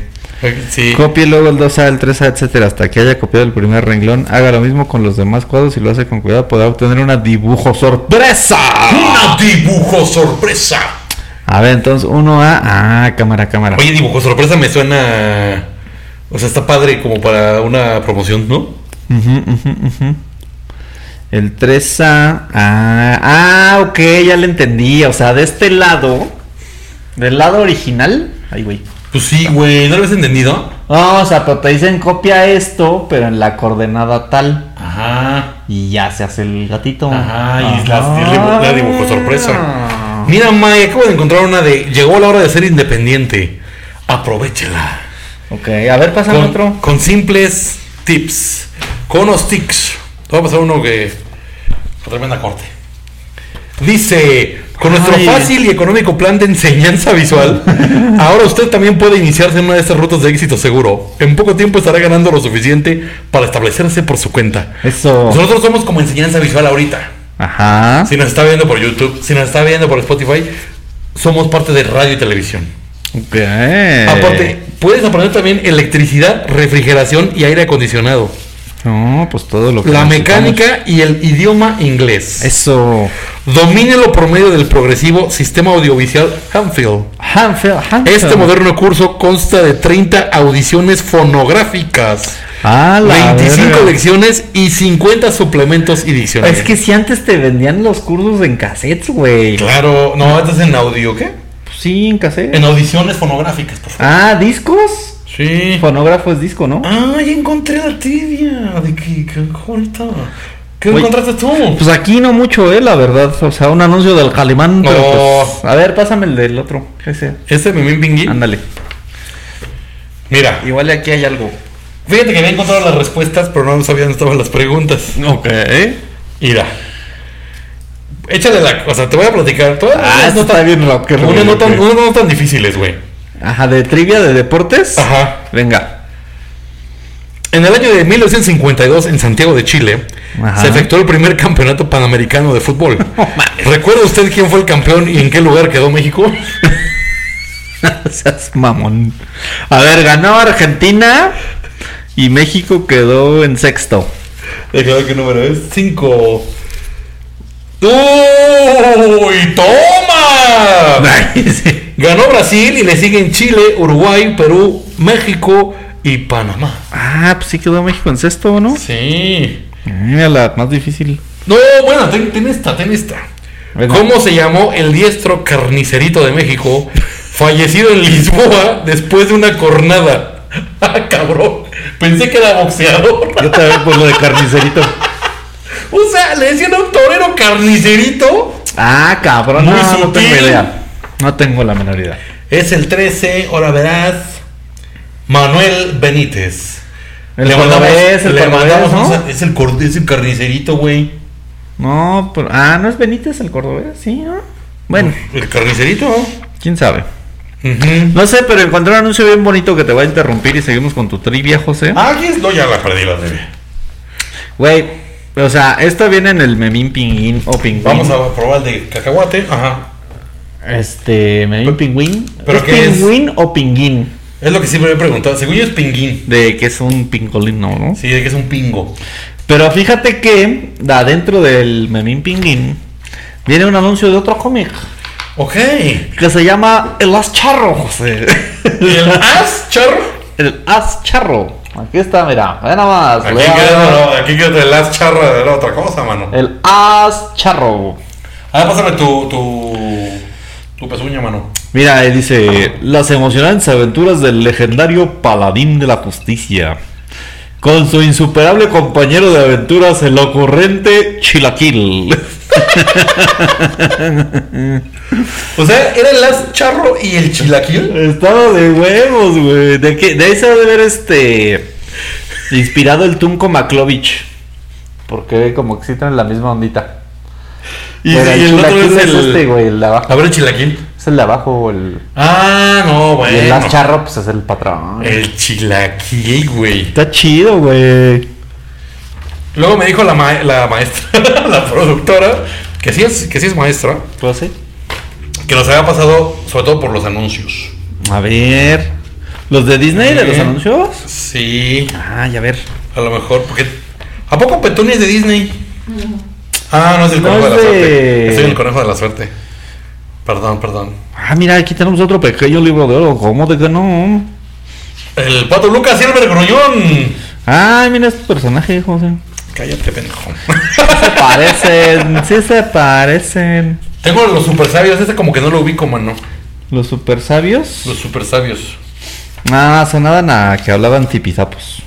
S2: Sí.
S3: Copie luego el 2A, el 3A, etcétera, hasta que haya copiado el primer renglón. Haga lo mismo con los demás cuadros y lo hace con cuidado, podrá obtener una dibujo sorpresa.
S2: ¡Una dibujo sorpresa!
S3: A ver, entonces 1A, ah, cámara, cámara.
S2: Oye, dibujo sorpresa me suena. O sea, está padre como para una promoción, ¿no?
S3: Ujú, ujú, ujú. El 3A, ah, ah, ok, ya le entendí. O sea, de este lado, del lado original, ay, güey.
S2: Pues sí, güey, ¿no lo habías entendido?
S3: No, o sea, pero te dicen copia esto, pero en la coordenada tal.
S2: Ajá,
S3: Y ya se hace el gatito.
S2: ajá, y es
S3: Ajá.
S2: la, la dibujo
S3: Ah,
S2: sorpresa. Mira, May, acabo de encontrar una de. Llegó la hora de ser independiente. Aprovechela.
S3: Ok, a ver, pásame
S2: con,
S3: otro.
S2: con simples tips. Con unos tics. Te voy a pasar uno que. con Tremenda corte. Dice. Con nuestro
S3: Ay.
S2: fácil y económico plan de enseñanza
S3: <laughs>
S2: visual, ahora usted también puede iniciarse en una de estas rutas de éxito seguro. En poco tiempo estará ganando lo suficiente para establecerse por su cuenta.
S3: Eso.
S2: Nosotros somos como enseñanza visual ahorita.
S3: Ajá.
S2: Si nos está viendo por YouTube, si nos está viendo por Spotify, somos parte de radio y televisión.
S3: Ok. Eh,
S2: Aparte, puedes aprender también electricidad, refrigeración y aire acondicionado.
S3: No, pues todo lo que.
S2: La
S3: necesitamos.
S2: mecánica y el idioma inglés.
S3: Eso.
S2: Domínelo por medio del progresivo sistema audiovisual Hanfield.
S3: Hanfield, Hanfield.
S2: Este moderno curso consta de 30 audiciones fonográficas,
S3: Ah, la
S2: 25
S3: verga.
S2: lecciones y 50 suplementos y diccionarios.
S3: Es que si antes te vendían los cursos en cassettes, güey. Pues
S2: claro, no, esto es en audio, ¿qué?
S3: Sí, en cassettes.
S2: En audiciones fonográficas, por favor.
S3: Ah, discos.
S2: Sí.
S3: Fonógrafo es disco, ¿no?
S2: Ah, ya encontré la trivia. ¿De qué? ¿Qué, ahorita? ¿Qué
S3: Oye,
S2: encontraste tú?
S3: Pues aquí no mucho, eh, la verdad. O sea, un anuncio del Calimán, pero
S2: No.
S3: pues, A ver, pásame el del otro. Ese.
S2: Este Mimín Pinguín.
S3: Ándale.
S2: Mira,
S3: Igual aquí hay algo.
S2: fíjate que había encontrado las respuestas, pero no sabía dónde estaban las preguntas.
S3: Ok.
S2: Mira. Échale la. O sea, te voy a platicar. Todas
S3: Ah,
S2: las
S3: esto está bien rocker.
S2: Unas
S3: güey,
S2: no tan,
S3: ok.
S2: unas no tan difíciles, güey.
S3: Ajá, de trivia de deportes.
S2: Ajá.
S3: Venga. <laughs>
S2: En el año de 1952, en Santiago de Chile,
S3: Ajá.
S2: se efectuó el primer campeonato panamericano de
S3: <laughs>
S2: fútbol. ¿Recuerda usted quién fue el campeón y en qué lugar quedó México?
S3: Seas mamón. A ver, ganó Argentina y México quedó en sexto.
S2: Déjame ver qué número es. 5. ¡Uy! ¡Toma!
S3: Nice.
S2: Ganó Brasil y le siguen Chile, Uruguay, Perú, México y Panamá.
S3: ah, pues sí quedó México en sexto, ¿no?
S2: Sí.
S3: Mira, la más difícil.
S2: No, bueno, ten, ten esta, ten esta.
S3: Venga.
S2: ¿Cómo se llamó el diestro carnicerito de México, fallecido en Lisboa después de una cornada? <laughs> ¡Ah, cabrón! Pensé que era boxeador. <laughs>
S3: Yo también por lo de carnicerito.
S2: O sea, le decían a un torero carnicerito.
S3: Ah, cabrón.
S2: Muy
S3: no, no tengo
S2: sutil.
S3: idea. No tengo la menor idea.
S2: Es el 13, ahora verás. Manuel Benítez.
S3: El cordobés, el
S2: le
S3: cordobés,
S2: mandamos
S3: ¿no?
S2: un sa- es, el cor- es el carnicerito, güey.
S3: No, pero- ah, ¿no es Benítez el cordobés? Sí, ¿no? Bueno,
S2: El carnicerito.
S3: quién sabe.
S2: Ujú.
S3: No sé, pero encontré un anuncio bien bonito que te va a interrumpir y seguimos con tu trivia, José.
S2: Ah, ¿quién es? No, ya la perdí la trivia.
S3: Güey, o sea, esto viene en el memín pingüín o pingüín.
S2: Vamos a probar el de cacahuate. Ajá.
S3: Este, memín pingüín.
S2: ¿Pero
S3: ¿Es
S2: qué es?
S3: pingüín o pinguín?
S2: Es lo que siempre me he preguntado. Según yo es pinguín.
S3: De que es un pingolín, ¿no? ¿no?
S2: Sí, de que es un pingo.
S3: Pero fíjate que adentro del memín pingüín viene un anuncio de otro cómic
S2: <laughs> Ok.
S3: que se llama El As Charro, José.
S2: ¿Y el as, charro?
S3: El As Charro. Aquí está, mira, ve nada más.
S2: Aquí
S3: le voy a
S2: queda,
S3: dar-
S2: no, aquí queda el as, charro. Era otra cosa, mano.
S3: El As Charro.
S2: Ah, pásame tu. tu. tu pezuña, mano.
S3: Mira, eh, dice las emocionantes aventuras del legendario paladín de la justicia. Con su insuperable compañero de aventuras, el ocurrente Chilaquil.
S2: O sea, era el as, charro y el chilaquil.
S3: Estaba de huevos, güey. De, que, de ahí se ha de ver este. Inspirado el Tunco Maklovich. Porque como que sí traen la misma ondita.
S2: Y,
S3: Pero
S2: y el otro es
S3: Chilaquil
S2: el.
S3: este, güey, el de abajo.
S2: A ver, el chilaquil.
S3: Es el de abajo, el.
S2: Ah, no,
S3: Y el más
S2: bueno.
S3: charro, pues es el patrón.
S2: El chilaquil, güey.
S3: Está chido, güey.
S2: Luego me dijo la, ma- la maestra, <laughs> la productora, que sí, es, que sí es maestra,
S3: ¿Puedo así?
S2: que nos había pasado sobre todo por los anuncios.
S3: A ver. ¿Los de Disney, de los
S2: Sí.
S3: anuncios?
S2: Sí,
S3: Ah, ya ver.
S2: a lo mejor, porque. ¿A poco Petunia es de Disney? Ah, no es el
S3: No
S2: conejo de
S3: es
S2: la
S3: de-
S2: suerte. Soy el conejo de la suerte. Perdón, perdón.
S3: Ah, mira, aquí tenemos otro pequeño libro de oro. ¿Cómo de que no?
S2: El pato Lucas Silver Gruñón.
S3: Ay, mira este personaje, José.
S2: Cállate, pendejo. <laughs>
S3: Se parecen, sí se parecen.
S2: Tengo los super sabios, este como que no lo ubico, mano.
S3: Los super sabios.
S2: Los super sabios.
S3: Ah, sonaban a que hablaban tipizapos.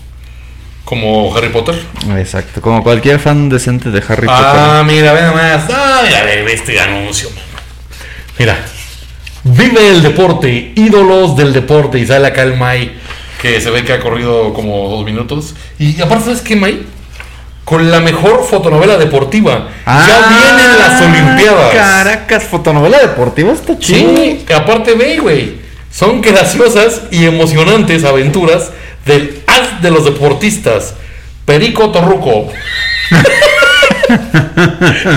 S2: Como Harry Potter.
S3: Exacto, como cualquier fan decente de Harry
S2: Ah, mira, ve nomás. Ah, mira, ve este anuncio. Mira. Vive el deporte, ídolos del deporte. Y sale acá el May, que se ve que ha corrido como dos minutos. Y aparte, ¿sabes qué, May? Con la mejor fotonovela deportiva.
S3: Potter.
S2: ya vienen las Olimpiadas.
S3: Ah, Caracas, fotonovela deportiva está chido.
S2: Sí, aparte ve, güey. Son graciosas y emocionantes aventuras del as de los deportistas, Perico Torruco. <laughs>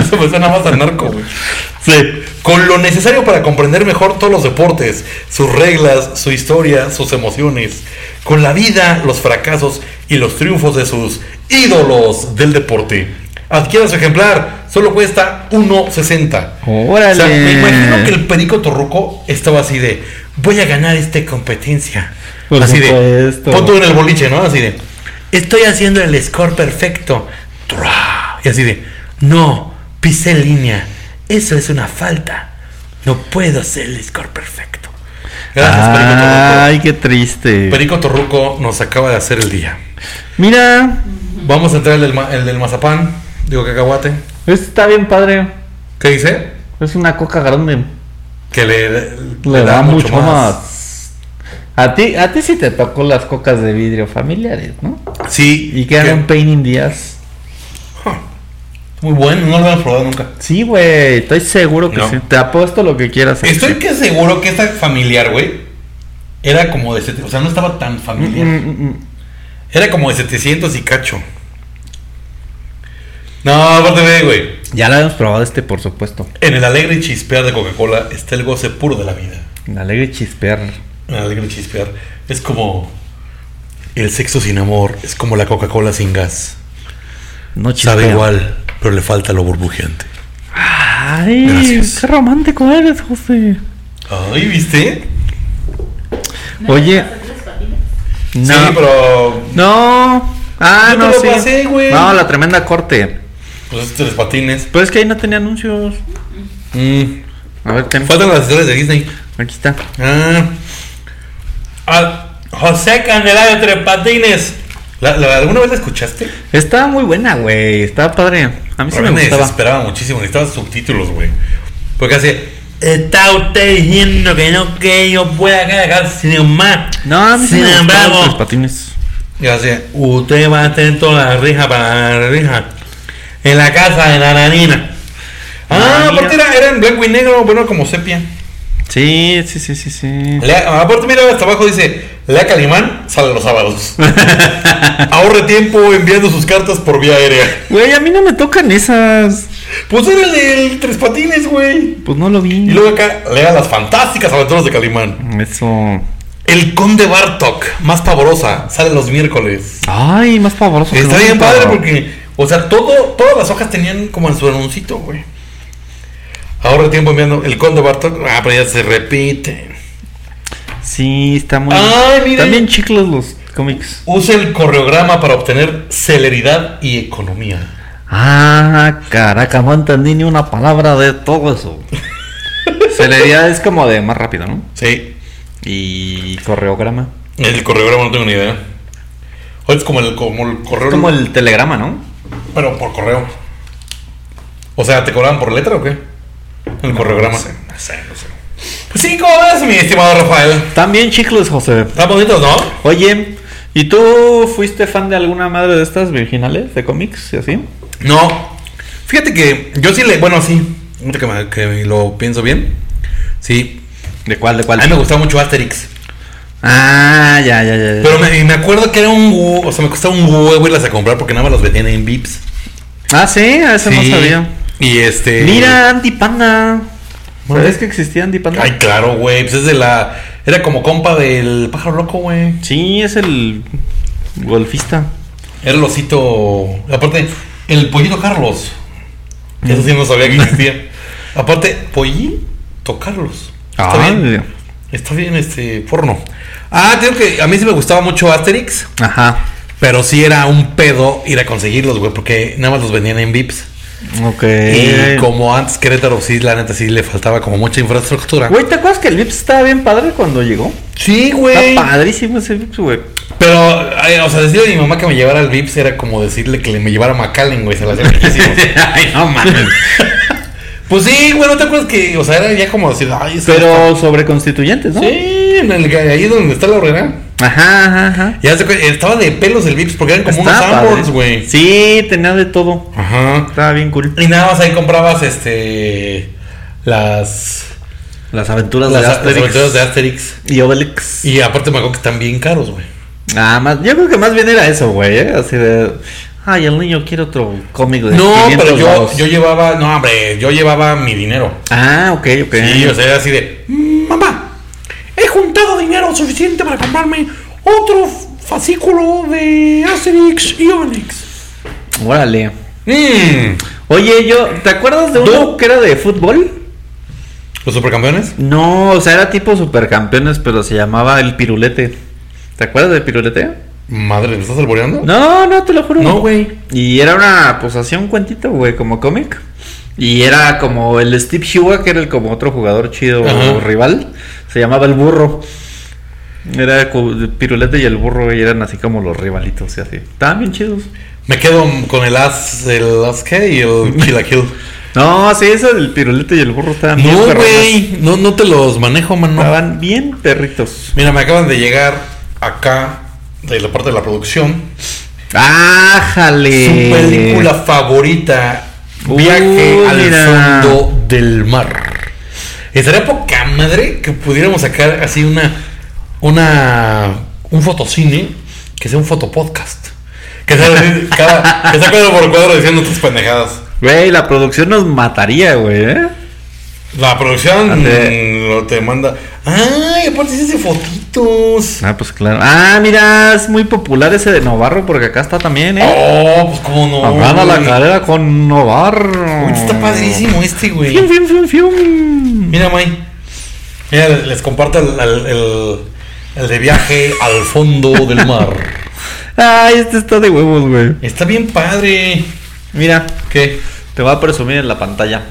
S2: Eso me suena más a narco, güey.
S3: Sí.
S2: Con lo necesario para comprender mejor todos los deportes, sus reglas, su historia, sus emociones, con la vida, los fracasos y los triunfos de sus ídolos del deporte. Adquiera su ejemplar, solo cuesta 1.60.
S3: Órale.
S2: O sea, me imagino que el perico Torruco estaba así de, voy a ganar esta competencia.
S3: Por
S2: así
S3: supuesto.
S2: de, pon tú en el boliche, ¿no? Así de, estoy haciendo el score perfecto. Tra. Y así de, no, pisé línea. Eso es una falta. No puedo hacer el score perfecto. Gracias,
S3: Ay, qué triste.
S2: Perico Torruco. Perico Torruco nos acaba de hacer el día.
S3: Mira,
S2: Vamos a entrar el del, ma- el del mazapán, digo cacahuate.
S3: este está bien padre.
S2: ¿Qué dice?
S3: Es una coca grande.
S2: Que le,
S3: Le, da, mucho más. A ti, a ti sí te tocó las cocas de vidrio familiares, ¿no?
S2: Sí.
S3: Y que eran
S2: que-
S3: painting días.
S2: Muy bueno, no lo han probado nunca.
S3: Sí, güey, estoy seguro que
S2: No.
S3: sí. Te apuesto lo que quieras. a que
S2: Estoy
S3: sí.
S2: que seguro que esta familiar, güey, era como de... sete- O sea, no estaba tan familiar.
S3: Mm, mm, mm.
S2: Era como de 700 y cacho. No, aparte ve, güey.
S3: Ya la habíamos probado este, por supuesto.
S2: En el alegre y chispear de Coca-Cola está el goce puro de la vida.
S3: La alegre chispear.
S2: El alegre y chispear es como... El sexo sin amor es como la Coca-Cola sin gas.
S3: No
S2: Sabe igual, pero le falta lo burbujeante.
S3: Ay,
S2: Gracias.
S3: qué romántico eres, José.
S2: Ay, ¿viste?
S3: Oye.
S4: ¿Tres patines?
S3: No.
S2: Sí, pero...
S3: No. Ah,
S2: Yo te
S3: no,
S2: lo
S3: sí.
S2: pasé, güey.
S3: No, la tremenda corte.
S2: Pues tres patines.
S3: Pero es que ahí no tenía anuncios.
S2: Mm.
S3: A ver, ten.
S2: Faltan las historias de Disney.
S3: Aquí está.
S2: Ah. Al- José Candelario Tres Patines. ¿La- la- ¿Alguna vez la escuchaste?
S3: Estaba muy buena, güey. Estaba padre. A mí sí
S2: A mí
S3: me
S2: me
S3: gustaba.
S2: desesperaba muchísimo. Necesitaba subtítulos, güey. Porque hace. Está usted diciendo que no, que yo pueda cargar sin más.
S3: No, a mí sí
S2: sin
S3: me gustaban los
S2: embargo.
S3: patines.
S2: Y hace. Usted va a tener toda la rija para la rija. En la casa de la nanina. Ah,
S3: Nanina.
S2: aparte era, era en blanco y negro, bueno, como sepia.
S3: Sí, sí, sí, sí, sí.
S2: Lea- aparte, mira, hasta abajo dice, Lea Calimán sale los sábados. Ahorre tiempo enviando sus cartas por vía aérea.
S3: Güey, a mí no me tocan esas.
S2: Pues era el del Tres Patines, güey.
S3: Pues no lo
S2: Y
S3: vi.
S2: luego acá, lea las fantásticas aventuras de Calimán.
S3: Eso.
S2: El Conde Bartok, más pavorosa, sale los miércoles.
S3: Ay, más pavoroso. que
S2: Está
S3: la
S2: bien
S3: puta.
S2: padre porque, o sea, todo, todas las hojas tenían como en su anuncito, güey. Ahorre tiempo enviando el Conde Bartok. Ah, pero ya se repite.
S3: Sí, está muy.
S2: Ay, mire.
S3: También chicles los cómics.
S2: Usa el correograma para obtener celeridad y economía.
S3: Ah, caraca, no entendí ni una palabra de todo
S2: <laughs>
S3: eso. Celeridad es como de más rápido, ¿no?
S2: Sí.
S3: Y correograma.
S2: El correograma no tengo ni idea. O es como el, como el correo.
S3: Es como el telegrama, ¿no?
S2: Pero por correo. O sea, ¿te cobraban por letra o qué? El correograma. No sé, no sé, Pues sí, ¿cómo ves, mi estimado Rafael?
S3: También chicles, José.
S2: Están bonitos, ¿no?
S3: Oye, ¿y tú fuiste fan de alguna madre de estas virginales de cómics y así?
S2: No. Fíjate que yo sí le. Bueno, sí. Ahorita que, me- que me lo pienso bien. Sí.
S3: ¿De cuál? ¿De
S2: A
S3: cuál?
S2: mí me gustaba mucho Asterix.
S3: Ah, ya, ya, ya. ya.
S2: Pero me, me acuerdo que era un hue- O sea, me costaba un huevo irlas a comprar porque nada más los vendían en Vips.
S3: ah, sí, a eso
S2: Sí.
S3: no sabía.
S2: Y este.
S3: Mira, Anti Panda.
S2: Bueno.
S3: ¿Sabes que existía Anti Panda?
S2: Ay, claro, güey. Pues es de la. Era como compa del pájaro loco, güey.
S3: Sí, es el golfista.
S2: Era el osito. Aparte, el pollito Carlos. Eso sí no sabía que
S3: <laughs>
S2: existía. Aparte, pollito Carlos. Está
S3: Ah,
S2: bien. Está bien este porno. Ah, tengo que. A mí sí me gustaba mucho Asterix.
S3: Ajá.
S2: Pero sí era un pedo ir a conseguirlos, güey. Porque nada más los vendían en VIPs.
S3: Ok. Eh.
S2: Y como antes Querétaro sí, la neta sí le faltaba como mucha infraestructura.
S3: Güey, ¿te acuerdas que el Vips estaba bien padre cuando llegó?
S2: Sí,
S3: Está padrísimo ese Vips, güey.
S2: Pero, ay, o sea, decirle a mi mamá que me llevara al VIPs era como decirle que le- me llevara a McAllen, güey. Se la hacía
S3: <laughs>
S2: riquísimo.
S3: <laughs> Ay, no mames.
S2: Pues sí, güey, ¿no te acuerdas que, o sea, era ya como decir, ay, es que
S3: Pero sobre constituyentes, ¿no?
S2: está- Sí, en el, ahí donde está la horrera.
S3: Ajá, ajá, ajá.
S2: Ya se cu- estaba de pelos el Vips porque eran como
S3: Estaba
S2: unos
S3: padre.
S2: Sanborns, güey.
S3: Sí, tenía de todo.
S2: Ajá.
S3: Estaba bien cool.
S2: Y nada más ahí comprabas, este, las,
S3: Las aventuras
S2: las,
S3: de
S2: las
S3: Asterix.
S2: aventuras de Asterix.
S3: Y Obelix.
S2: Y aparte me acuerdo que están bien caros, güey.
S3: Nada más. Yo creo que más bien era eso, güey. ¿eh? Así de. Ay, el niño quiere otro cómic de
S2: No,
S3: 500
S2: pero yo,
S3: varos".
S2: yo llevaba, no, hombre, yo llevaba mi dinero.
S3: Ah, ok, ok.
S2: Sí, o sea, era así de, mamá, he juntado dinero suficiente para comprarme otro fascículo de Asterix y Obelix.
S3: Órale.
S2: Mmm.
S3: Oye, yo. ¿Te acuerdas de uno
S2: No.
S3: que era de fútbol?
S2: ¿Los supercampeones?
S3: No, o sea, era tipo supercampeones, pero se llamaba el pirulete. ¿Te acuerdas del pirulete?
S2: Madre, ¿me estás alboreando?
S3: No, no, te lo juro.
S2: No, güey.
S3: Y era una, pues hacía un cuentito, güey, como cómic. Y era como el Steve Shua, que era el, como otro jugador chido
S2: Ajá.
S3: o rival. Se llamaba el burro. Era co- Pirulete y el burro, güey, eran así como los rivalitos y así. Estaban bien chidos.
S2: Me quedo con el as, el as qué y <laughs> el chilaquil.
S3: No, sí, eso del pirulete y el burro estaban bien
S2: no,
S3: perronas.
S2: güey, no, no te los manejo, mano.
S3: Estaban bien perritos.
S2: Mira, me acaban de llegar acá de la parte de la producción.
S3: ¡Ájale!
S2: Su película favorita,
S3: Uy,
S2: Viaje al
S3: mira.
S2: fondo del mar. Estaría poca madre que pudiéramos sacar así una, una, un fotocine que sea un fotopodcast. Que sea así, cada, que sea cuadro por cuadro diciendo tus pendejadas.
S3: Güey, la producción nos mataría, güey, ¿eh?
S2: La
S3: Ah,
S2: producción
S3: Hace-
S2: mm, lo te manda. Ay, aparte sí hace fotitos.
S3: Ah, pues claro. Ah, mira, es muy popular ese de Novarro porque acá está también, ¿eh?
S2: Oh, pues cómo no.
S3: Gana la
S2: güey.
S3: carrera con Novarro.
S2: Uy, Está padrísimo este, güey.
S3: Fium, fium, fium, fium.
S2: Mira, May. Mira, les comparto el, el- el- el de viaje al fondo del mar.
S3: Ay, este está de huevos, güey.
S2: Está bien padre.
S3: Mira,
S2: ¿Qué?
S3: te va a presumir en la pantalla.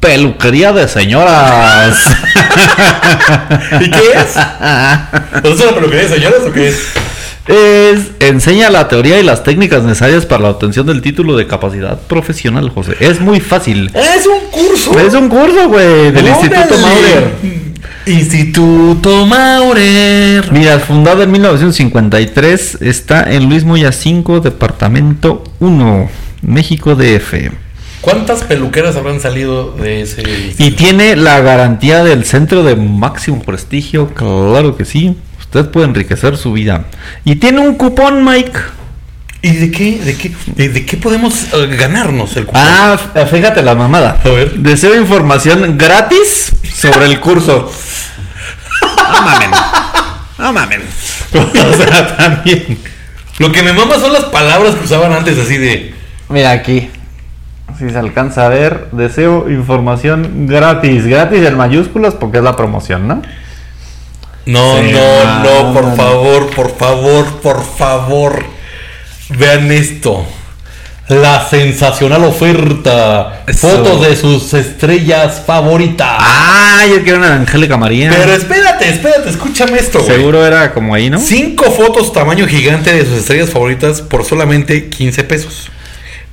S3: Peluquería de señoras.
S2: ¿Y qué es? ¿Pero es una peluquería de señoras o qué es?
S3: Es, enseña la teoría y las técnicas necesarias para la obtención del título de capacidad profesional, José. Es muy fácil.
S2: Es un curso.
S3: Es un curso, güey, del Instituto Maurer.
S2: Instituto Maurer.
S3: Mira, fundado en 1953, está en Luis Moya 5, departamento 1, México DF.
S2: ¿Cuántas peluqueras habrán salido de ese instituto?
S3: Y tiene la garantía del centro de máximo prestigio, claro que sí. Usted puede enriquecer su vida. Y tiene un cupón, Mike.
S2: ¿Y de qué, de qué, de, de qué podemos eh, ganarnos el cupón?
S3: Ah, f- fíjate la mamada.
S2: A ver.
S3: Deseo información gratis sobre el
S2: <laughs>
S3: curso. No mamen. No mamen. O sea, también.
S2: Lo que me mama son las palabras que usaban antes así de.
S5: Mira aquí. Si se alcanza a ver, deseo información gratis. Gratis en mayúsculas porque es la promoción, ¿no?
S2: No,
S3: Sí, Ah,
S2: no, no,
S5: no,
S2: por
S5: no, no.
S2: favor, por favor, por favor. Vean esto. La sensacional oferta.
S3: Eso.
S2: Fotos de sus estrellas favoritas.
S3: Ah, yo quiero una Angélica María.
S2: Pero espérate, espérate, escúchame esto, güey.
S3: Seguro era como ahí, ¿no?
S2: Cinco fotos tamaño gigante de sus estrellas favoritas por solamente 15 pesos.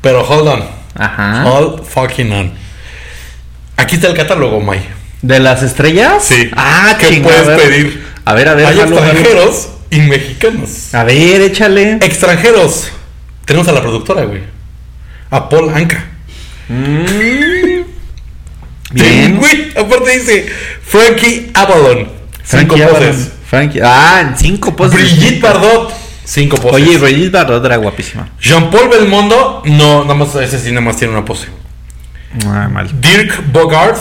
S2: Pero hold on.
S3: Ajá.
S2: Hold fucking on. Aquí está el catálogo, May.
S3: ¿De las estrellas?
S2: Sí.
S3: Ah,
S2: ¿Qué
S3: chingada,
S2: puedes
S3: a ver.
S2: pedir?
S3: A ver, a ver.
S2: Hay
S3: jalo, jalo.
S2: extranjeros y mexicanos.
S3: A ver, échale.
S2: Extranjeros. Tenemos a la productora, güey. A Paul Anka. Sí, <laughs>
S3: Bien.
S2: güey. Aparte dice Frankie Avalon. Cinco
S3: Frankie Avalon.
S2: poses.
S3: Frankie. Ah, en cinco poses. Este,
S2: Brigitte Bardot. Cinco poses.
S3: Oye, Brigitte Bardot era guapísima.
S2: Jean-Paul Belmondo. No, nada más, ese sí, nada más tiene una pose.
S3: Ah, mal.
S2: Dirk Bogart.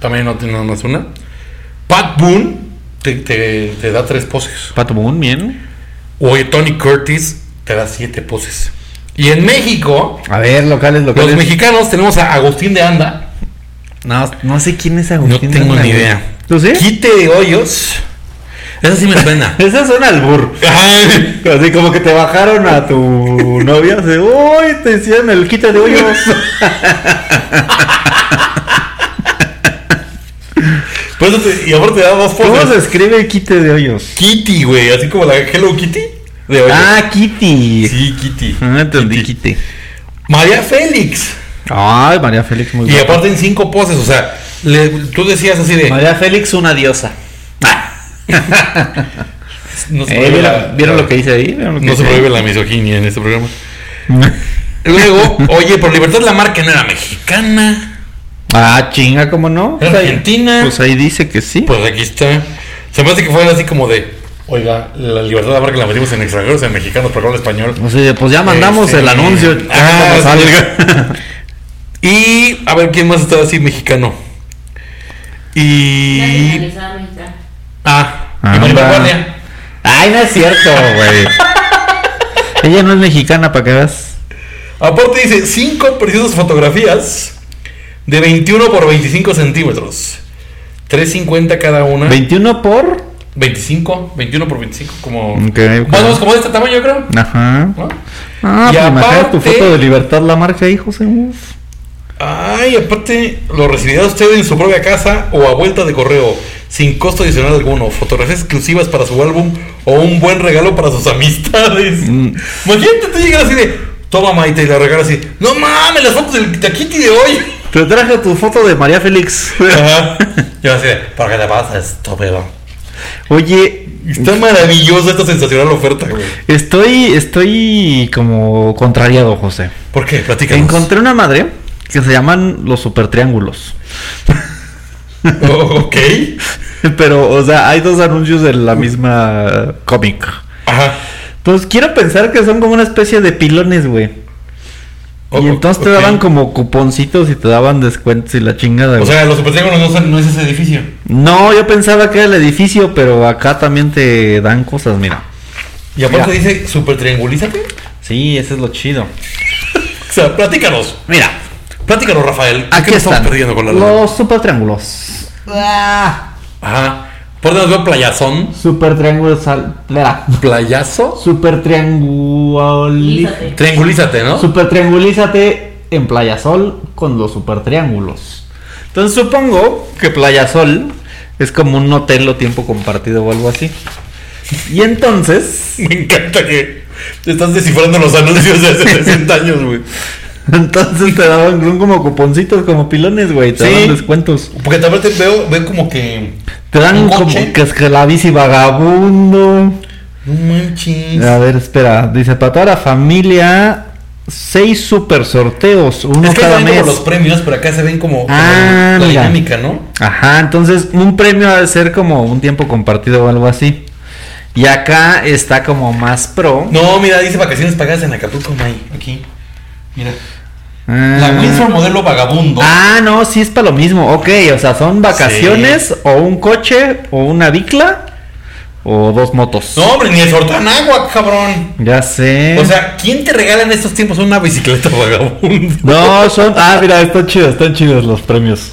S2: También no tiene nada más una. Pat Boone te, te- te da tres poses.
S3: Pat Boone, bien.
S2: Oye, Tony Curtis te da siete poses. Y en México,
S3: A ver, locales,
S2: los
S3: locales.
S2: mexicanos tenemos a Agustín de Anda.
S3: no, no sé quién es
S2: No
S3: Agustín.
S2: tengo
S3: Landa,
S2: ni
S3: güey.
S2: idea.
S3: ¿Tú sí?
S2: Quite de hoyos. Esa sí me suena.
S3: Ese es un albur.
S2: <laughs> Ay,
S3: Así como que te bajaron a
S2: <laughs>
S3: tu novia. Así, Uy, te hicieron el quita de hoyos.
S2: por eso te- y ahora te da dos
S3: ¿Cómo se
S2: poses.
S3: escribe quite de hoyos?
S2: Kitty, güey, así como la Hello Kitty. De hoyos.
S3: Ah, Kitty.
S2: sí, Kitty.
S3: Ah, entendí, quite.
S2: María Félix.
S3: Ay, María Félix, muy
S2: Y
S3: bien.
S2: aparte en cinco poses, o sea, le- tú decías así de. "Ah".
S5: María Félix, una diosa.
S2: <laughs> No se
S3: Eh,
S2: prohíbe
S3: ¿vieron,
S2: la-
S3: vieron lo que hice ahí? ¿Vieron lo que
S2: No se
S3: hice ahí?
S2: prohíbe la misoginia en este programa. <laughs> Luego, oye, por libertad la marca no era mexicana,
S3: Ah, chinga, ¿cómo no?
S2: era
S3: Pues ahí-
S2: argentina.
S3: Pues ahí dice que sí.
S2: Pues aquí está. Se me hace que fue así como de. Oiga, la libertad de la marca la metimos en extranjeros, en mexicanos, pero no en español.
S3: O sea, pues ya mandamos
S2: Este,
S3: el anuncio.
S2: ah,
S3: Ya cuando salga.
S2: Y a ver quién más estaba así mexicano. Y.
S4: Nacionalizada mexicana.
S2: Ah, y
S3: Ah,
S2: Maribel
S3: va.
S2: Guardia.
S3: <laughs> Ay, no es cierto, güey. Ella no es mexicana, para que veas.
S2: Aparte dice cinco preciosas fotografías de 21 por 25 centímetros. 3.50 cada una.
S3: 21 por.
S2: 25, 21 por 25, como...
S3: Ok, ok.
S2: Vamos, como de este tamaño, yo creo.
S3: Ajá.
S2: ¿no?
S3: Ah,
S2: Y
S3: pues imagínate tu
S2: aparte-
S3: foto de libertad, la marca ahí, José. Uf.
S2: Ay, aparte, lo recibirá usted en su propia casa o a vuelta de correo, sin costo adicional alguno. Fotografías exclusivas para su álbum o un buen regalo para sus <laughs> amistades.
S3: Mm.
S2: Imagínate, te llegan así de... Toma, Maite, y la regala así. No mames, las fotos del Taquiti de hoy.
S3: Te traje tu foto de María Félix.
S2: <laughs> Ajá. Yo así de, ¿para qué te pasas, estúpido?
S3: <laughs> Oye,
S2: Está maravillosa esta sensacional oferta, güey.
S3: estoy, estoy como contrariado, José.
S2: ¿Por qué? Platícanos.
S3: Encontré una madre que se llaman los supertriángulos.
S2: <laughs>
S3: <laughs>
S2: Oh, ok.
S3: Pero, o sea, hay dos anuncios de la misma cómic.
S2: Ajá.
S3: Entonces, quiero pensar que son como una especie de pilones, güey.
S2: Oh,
S3: y entonces te
S2: ok.
S3: daban como cuponcitos y te daban descuentos y la chingada,
S2: O
S3: güey.
S2: sea, los supertriángulos no, son- no es ese edificio.
S3: no, yo pensaba que era el edificio, pero acá también te dan cosas, mira.
S2: Y aparte
S3: Ya.
S2: dice supertriangulízate.
S3: Sí, ese es lo chido.
S2: O sea, platícanos.
S3: Mira,
S2: Platícanos, Rafael. ¿Qué
S3: aquí
S2: nos
S3: están
S2: estamos perdiendo con la lana?
S3: los supertriángulos. Ah,
S2: Ajá. Por donde veo playazón.
S3: supertriángulos al... Mira,
S2: ¿Playazo?
S3: supertriangulízate.
S4: Lízate.
S2: Triangulízate, ¿no? <laughs>
S3: Supertriangulízate en Playa Sol con los supertriángulos. Entonces supongo que Playa Sol es como un hotel o tiempo compartido o algo así. Y entonces, <laughs>
S2: Me encanta que te estás descifrando los anuncios de hace <laughs> 60 años, güey.
S3: entonces te daban son como cuponcitos, como pilones, güey, te
S2: Sí.
S3: daban descuentos.
S2: Porque también te veo, veo como que.
S3: Te dan
S2: ¿Un
S3: como
S2: coche?
S3: que es que la bici vagabundo.
S2: No manches.
S3: A ver, espera, dice para toda la familia seis super sorteos, uno
S2: es que
S3: cada
S2: se ven
S3: mes.
S2: como los premios, pero acá se ven como, como
S3: Ah,
S2: la
S3: mira.
S2: dinámica, ¿no?
S3: Ajá, entonces un premio ha de ser como un tiempo compartido o algo así. Y acá está como más pro.
S2: No, mira, dice vacaciones pagadas en Acapulco, May. Aquí. Mira.
S3: Ah.
S2: La Windsor modelo vagabundo.
S3: Ah, no, sí es para lo mismo. Ok, o sea, son vacaciones o un coche o una bicla o dos motos.
S2: No, hombre, ni el Sortanagua, cabrón.
S3: Ya sé.
S2: O sea, ¿quién te regala en estos tiempos una bicicleta vagabundo?
S3: no, son... Ah, mira, están chidos, están chidos los premios.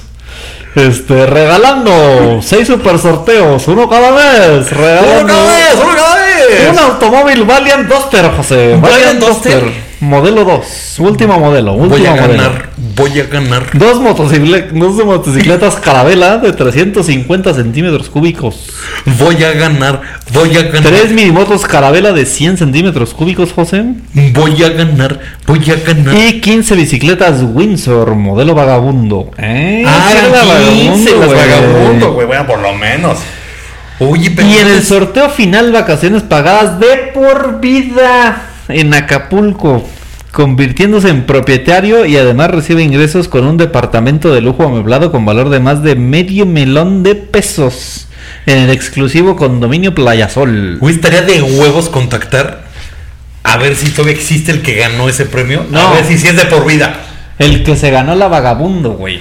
S3: Este, regalando seis super sorteos, uno cada vez. Regalando...
S2: ¡Uno cada vez! ¡Uno cada vez!
S3: Un automóvil Valiant Duster, José.
S2: Valiant Duster.
S3: Modelo 2. Último modelo. Último
S2: Voy a
S3: modelo.
S2: ganar, voy a ganar.
S3: Dos, motocicle- dos motocicletas carabela de 350 centímetros cúbicos.
S2: Voy a ganar, voy a ganar.
S3: Tres minimotos carabela de 100 centímetros cúbicos, José.
S2: Voy a ganar, voy a ganar.
S3: Y 15 bicicletas Windsor, modelo vagabundo. ¿Eh?
S2: Ah,
S3: sí
S2: eran
S3: era
S2: 15 las
S3: güey.
S2: vagabundo, güey. Bueno, por lo menos. Oye, pero.
S3: <laughs> Y en el sorteo final, vacaciones pagadas de por vida en Acapulco, convirtiéndose en propietario y además recibe ingresos con un departamento de lujo ameblado con valor de más de medio melón de pesos en el exclusivo condominio Playa Sol.
S2: Güey, estaría de huevos contactar a ver si todavía existe el que ganó ese premio.
S3: No.
S2: A ver si, si es de por vida. <laughs>
S3: El que se ganó la vagabundo, güey.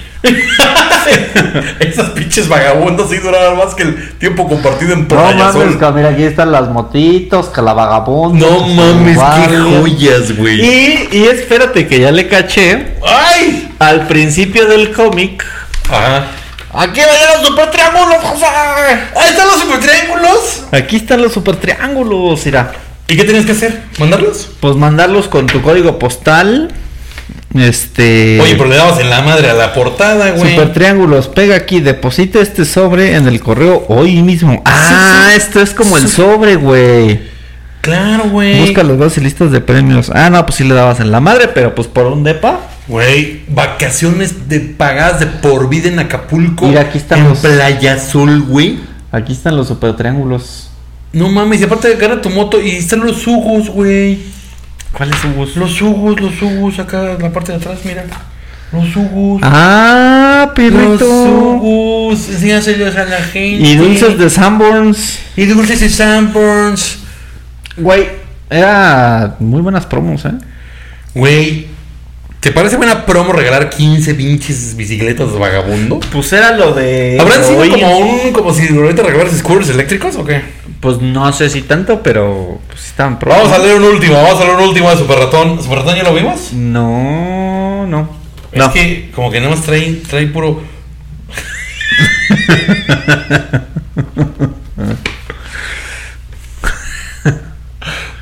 S2: Esos pinches vagabundos sí duraban más que el tiempo compartido en
S5: No mames,
S2: Portayasol.
S5: cabrón, mira, aquí están las motitos, que la vagabunda.
S2: No
S5: que
S2: mames, qué
S5: guardia.
S2: joyas, güey.
S3: Y, y espérate que ya le caché.
S2: ¡Ay!
S3: Al principio del cómic.
S2: Ajá.
S6: Aquí vayan los super triángulos, jefe.
S2: ¡Ahí están los supertriángulos!
S3: Aquí están los super triángulos, mira.
S2: ¿Y qué tenías que hacer? ¿Mandarlos?
S3: Pues mandarlos con tu código postal. Este.
S2: Oye, pero le dabas en la madre a la portada, güey.
S3: Super triángulos, pega aquí, deposita este sobre en el correo hoy mismo. Ah, esto es como el sobre, güey.
S2: Claro, güey.
S3: Busca los dos y listas de premios. Ah, no, pues sí le dabas en la madre, pero pues por un depa.
S2: Güey, vacaciones de pagadas de por vida en Acapulco.
S5: Mira, aquí están
S2: En
S5: los-
S2: Playa Azul, güey.
S5: Aquí están los super triángulos.
S2: No mames, y aparte gana tu moto y están los jugos, güey.
S3: ¿Cuáles son
S2: Los jugos, los jugos, acá en la parte de atrás, mira. Los jugos.
S3: Ah,
S2: los
S3: perrito.
S2: jugos. Enséñaselos a la gente.
S3: Y dulces de Sanborns.
S2: Y dulces de Sanborns.
S3: Güey, era muy buenas promos, ¿eh?
S2: Güey, ¿te parece buena promo regalar 15 pinches bicicletas vagabundo?
S3: Pues era lo de.
S2: ¿Habrán sido
S3: hoy.
S2: como un. como si ahorita regalaras scooters eléctricos o qué?
S3: Pues no sé si tanto, pero pues estaban promos.
S2: Vamos a leer un último, vamos a leer un último de Super Ratón. ¿Super Ratón ya lo vimos?
S3: No, no.
S2: Es
S3: No.
S2: que como que nada más trae, trae <laughs> puro.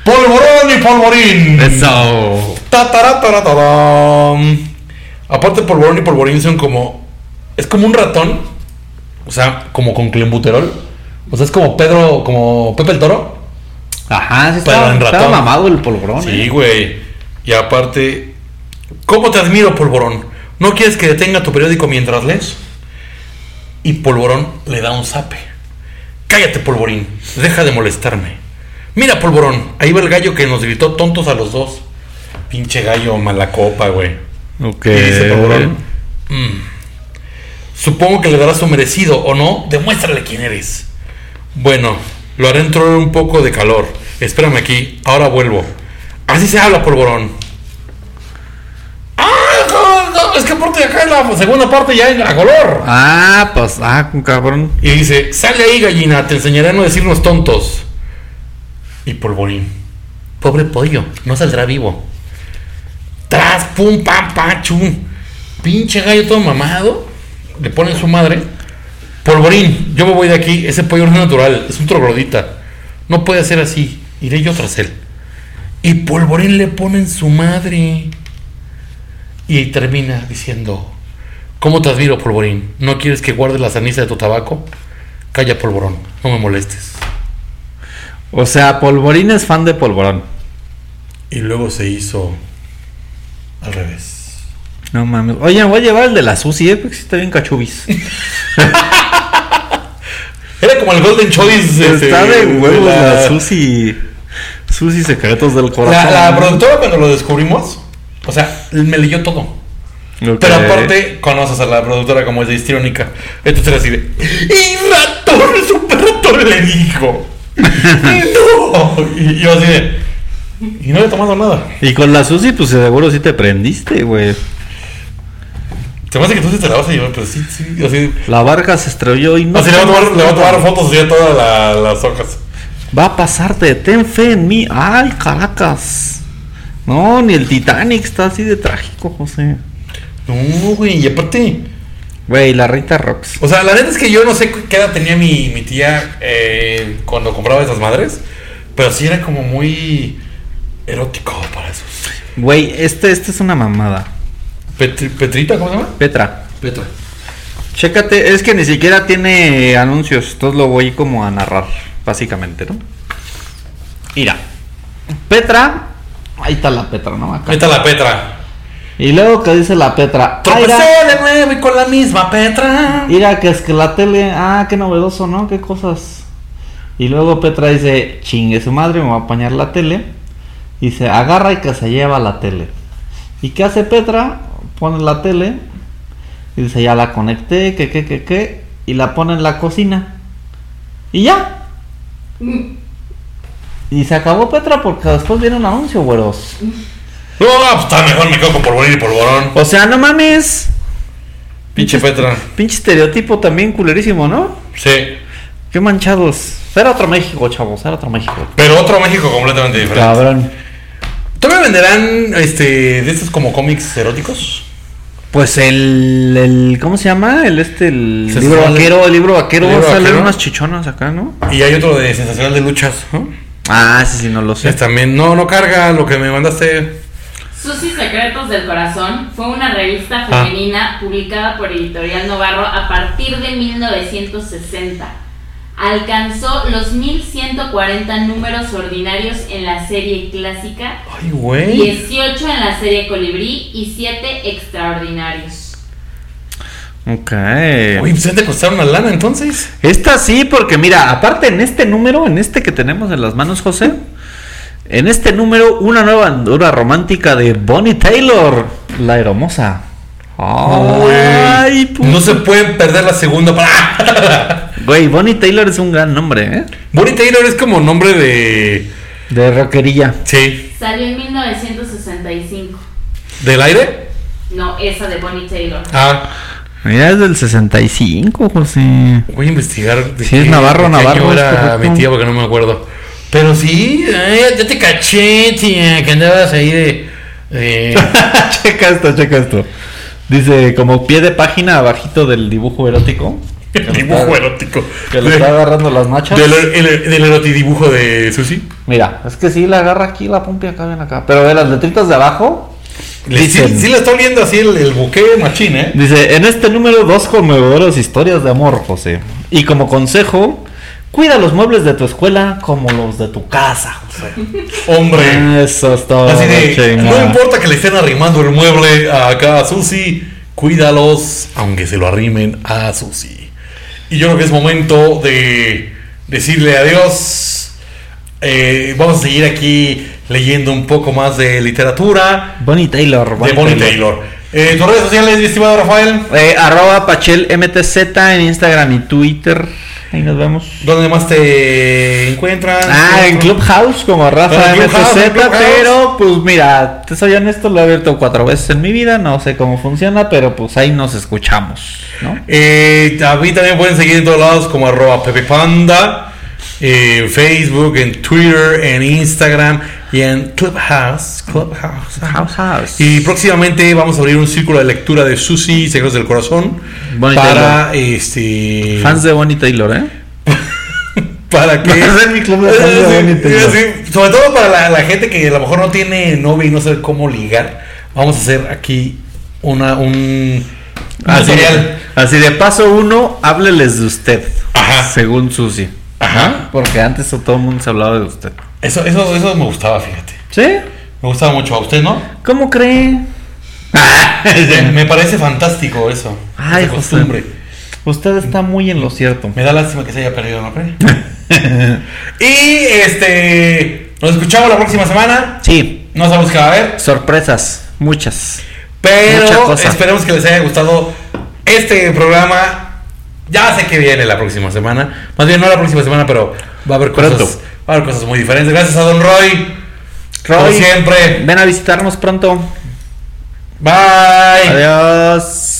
S2: Polvorón y polvorín.
S6: Eso.
S2: Tataratarataram. Aparte, polvorón y polvorín son como. Es como un ratón. O sea, como con clembuterol. O sea, es como Pedro, como Pepe el Toro.
S3: Ajá, sí
S2: Pero
S3: estaba,
S2: en
S3: estaba
S2: ratón.
S3: mamado el polvorón.
S2: Sí,
S3: ¿eh?
S2: güey. Y aparte, ¿cómo te admiro, Polvorón? ¿No quieres que detenga tu periódico mientras lees? Y Polvorón le da un zape. Cállate, Polvorín. Deja de molestarme. Mira, Polvorón. Ahí va el gallo que nos gritó tontos a los dos. Pinche gallo, mala copa, güey.
S3: Ok.
S2: Y dice Polvorón. "Mm, Supongo que le darás su merecido, ¿o no? Demuéstrale quién eres. Bueno, lo haré entrar un poco de calor. Espérame aquí, ahora vuelvo. Así se habla, polvorón. ¡Ah! no, no, es que aparte acá en la segunda parte ya en a color.
S3: Ah, pues, ah, un cabrón.
S2: Y dice, sale ahí gallina, te enseñaré a no decirnos tontos. Y polvorín. Pobre pollo, no saldrá vivo. Tras, pum, pam, pam, chum. Pinche gallo todo mamado. Le ponen su madre. Polvorín, yo me voy de aquí. Ese pollo no es natural, es un troglodita. No puede ser así. Iré yo tras él. Y polvorín le ponen su madre. Y termina diciendo, ¿Cómo te admiro, polvorín? ¿No quieres que guarde la ceniza de tu tabaco? Calla, polvorón, no me molestes.
S3: O sea, polvorín es fan de polvorón.
S2: Y luego se hizo al revés.
S3: No mames. Oye, me voy a llevar el de la Susi, ¿eh? Porque sí está
S2: <laughs>
S3: bien cachubis.
S2: Era como el Golden Choice. este,
S3: está de huevos
S2: la-
S3: la... Susi. Susi secretos del corazón.
S2: La, la productora cuando lo descubrimos, o sea, me leyó todo.
S3: Ok.
S2: Pero aparte, conoces a la productora como es de histriónica. Entonces era así de... ¡Y ratón, super ratón! Le dijo. <laughs> ¡No! Y yo así de... Y no había tomado nada.
S3: Y con la Susi, pues seguro sí te prendiste, güey.
S2: Se me hace que tú sí te la vas a llevar, pero sí, sí. Así,
S3: La barca se estrelló y no.
S2: No, si le va a tomar,
S3: tengo-
S2: le va a tomar fotos así a todas la- las hojas.
S3: Va a pasarte, ten fe en mí. Ay, Caracas. No, ni el Titanic está así de trágico, José.
S2: No, güey, y aparte.
S3: Güey, la Rita Rocks.
S2: O sea, la neta es que yo no sé qué edad tenía mi, mi tía eh, cuando compraba esas madres. Pero sí era como muy erótico para eso.
S3: Güey, este, este es una mamada.
S2: Petri- ¿Petrita? ¿Cómo se llama?
S3: Petra,
S2: Petra.
S3: chécate, es que ni siquiera tiene anuncios, entonces lo voy como a narrar, básicamente, ¿no? Mira, Petra, ahí está la Petra, ¿no? Acá.
S2: Ahí está la Petra.
S3: Y luego que dice la Petra, "Ay,
S2: Tropecé
S3: mira,
S2: de nuevo y con la misma Petra.
S3: mira que es que la tele, ah, qué novedoso, ¿no? Qué cosas. Y luego Petra dice, chingue su madre, me va a apañar la tele. Y "Ah, se agarra y que se lleva la tele. ¿Y qué hace Petra? Pone la tele. Y dice, ya la conecté, que, que, que, que. Y la pone en la cocina. Y ya. Y se acabó Petra porque después viene un anuncio, güeros.
S2: No, pues está mejor me quedo con polvorín y polvorón.
S3: O sea, no mames.
S2: Pinche Petra.
S3: Pinche estereotipo también culerísimo, ¿no?
S2: Sí.
S3: Qué manchados. Era otro México, chavos, era otro México.
S2: Pero otro México completamente diferente.
S3: Cabrón.
S2: ¿Todavía venderán este, de estos como cómics eróticos?
S3: Pues el, el- ¿cómo se llama? El este, el
S2: Se
S3: libro
S2: sale-
S3: vaquero, el libro vaquero,
S2: ¿Libro
S3: salen
S2: vaquero?
S3: unas chichonas acá, ¿no?
S2: Y hay otro de Sensacional de Luchas. ¿no?
S3: Ah, sí, sí, no lo
S2: Ese También, no, no carga lo que me mandaste.
S4: Susi Secretos del Corazón fue una
S2: Ah.
S4: revista femenina publicada por Editorial Novarro a partir de 1960. Alcanzó los 1140 números ordinarios en la serie clásica,
S2: Ay, güey.
S4: 18 en la serie Colibrí y 7 extraordinarios.
S3: Ok.
S2: Uy, pues ya te costaron una lana entonces.
S3: Esta sí, porque mira, aparte en este número, en este que tenemos en las manos, José, en este número, una nueva andura romántica de Bonnie Taylor, la hermosa. Ay,
S2: No
S3: puto.
S2: se pueden perder la segunda para.
S3: Güey, Bonnie Taylor es un gran nombre, ¿eh?
S2: <laughs> Bonnie Taylor es como nombre de.
S3: De rockerilla.
S2: Sí.
S4: Salió en 1965.
S2: ¿Del aire?
S4: No, esa de Bonnie Taylor.
S2: Ah.
S3: Mira, es del 65, José.
S2: Voy a investigar. de
S3: Sí, es
S2: qué-
S3: Navarro,
S2: de qué
S3: Navarro,
S2: año
S3: es
S2: era
S3: correcto.
S2: mi tía porque no me acuerdo. Pero sí, eh, ya te caché, tía, que andabas ahí de. eh,
S3: <laughs> checa esto, checa esto. Dice, como pie de página abajito del dibujo erótico.
S2: el <laughs> dibujo <laughs> erótico.
S3: Que le está agarrando las machas.
S2: Del, el- del erotidibujo de Susi.
S3: Mira, es que sí, la agarra aquí, la pompe acá, bien acá. Pero ve las letritas de abajo.
S2: Le- sí,
S3: Dicen.
S2: sí le está oliendo así el, el buque machín, ¿eh?
S3: Dice, en este número dos conmovedoras historias de amor, José. Y como consejo, cuida los muebles de tu escuela como los de tu casa, José.
S2: Hombre.
S3: Eso es todo.
S2: Así de,
S3: chinga.
S2: no importa que le estén arrimando el mueble acá a Susi, cuídalos, aunque se lo arrimen a Susi. Y yo creo que es momento de decirle adiós. Eh, vamos a seguir aquí leyendo un poco más de literatura
S3: Bonnie Taylor.
S2: de Bonnie Taylor. Eh, ¿Tus redes sociales, mi estimado Rafael?
S3: Eh, arroba Pachel MTZ en Instagram y Twitter. Ahí nos vemos.
S2: ¿Dónde más te encuentran?
S3: Ah, en Clubhouse como Rafa
S2: En Clubhouse, en
S3: MTZ,
S2: Clubhouse.
S3: pero pues mira, te soy honesto, lo he abierto cuatro veces en mi vida, no sé cómo funciona, pero pues ahí nos escuchamos, ¿no?
S2: Eh, a mí también pueden seguir en todos lados como arroba pepepanda, eh, en Facebook, en Twitter, en Instagram y en Clubhouse. Clubhouse.
S3: House House.
S2: Y próximamente vamos a abrir un círculo de lectura de Susi y Secretos del Corazón
S3: Bonnie
S2: para este
S3: Fans de Bonnie Taylor, ¿eh?
S2: para
S3: <laughs>
S2: que
S3: Ese es mi club de fans de
S2: <laughs> Sí,
S3: Bonnie Taylor.
S2: sí, sobre todo para la, la gente que a lo mejor no tiene novio y no sabe cómo ligar. Vamos a hacer aquí una un un
S3: Así,
S2: tutorial.
S3: Ah, así de paso uno, hábleles de usted,
S2: Ajá.
S3: según Susi.
S2: Ajá.
S3: Porque antes todo el mundo se hablaba de usted.
S2: Eso, eso, eso me gustaba, fíjate.
S3: ¿Sí?
S2: Me gustaba mucho. ¿A usted
S3: <laughs>
S2: no?
S3: ¿Cómo cree?
S2: Me parece fantástico eso.
S3: Ay,
S2: esa
S3: José.
S2: costumbre.
S3: Usted está muy en lo cierto.
S2: Me da lástima que se haya perdido, ¿no cree? <laughs> y este. Nos escuchamos la próxima semana.
S3: Sí,
S2: No sabemos qué va a haber.
S3: sorpresas, muchas. Mucha
S2: Pero
S3: cosa.
S2: esperemos que les haya gustado este programa. Ya sé que viene la próxima semana. Más bien, no la próxima semana, pero va a haber cosas.
S3: Pronto.
S2: Va a haber cosas muy diferentes. Gracias a Don Roy. Como siempre.
S3: Ven a visitarnos pronto.
S2: Bye.
S3: Adiós.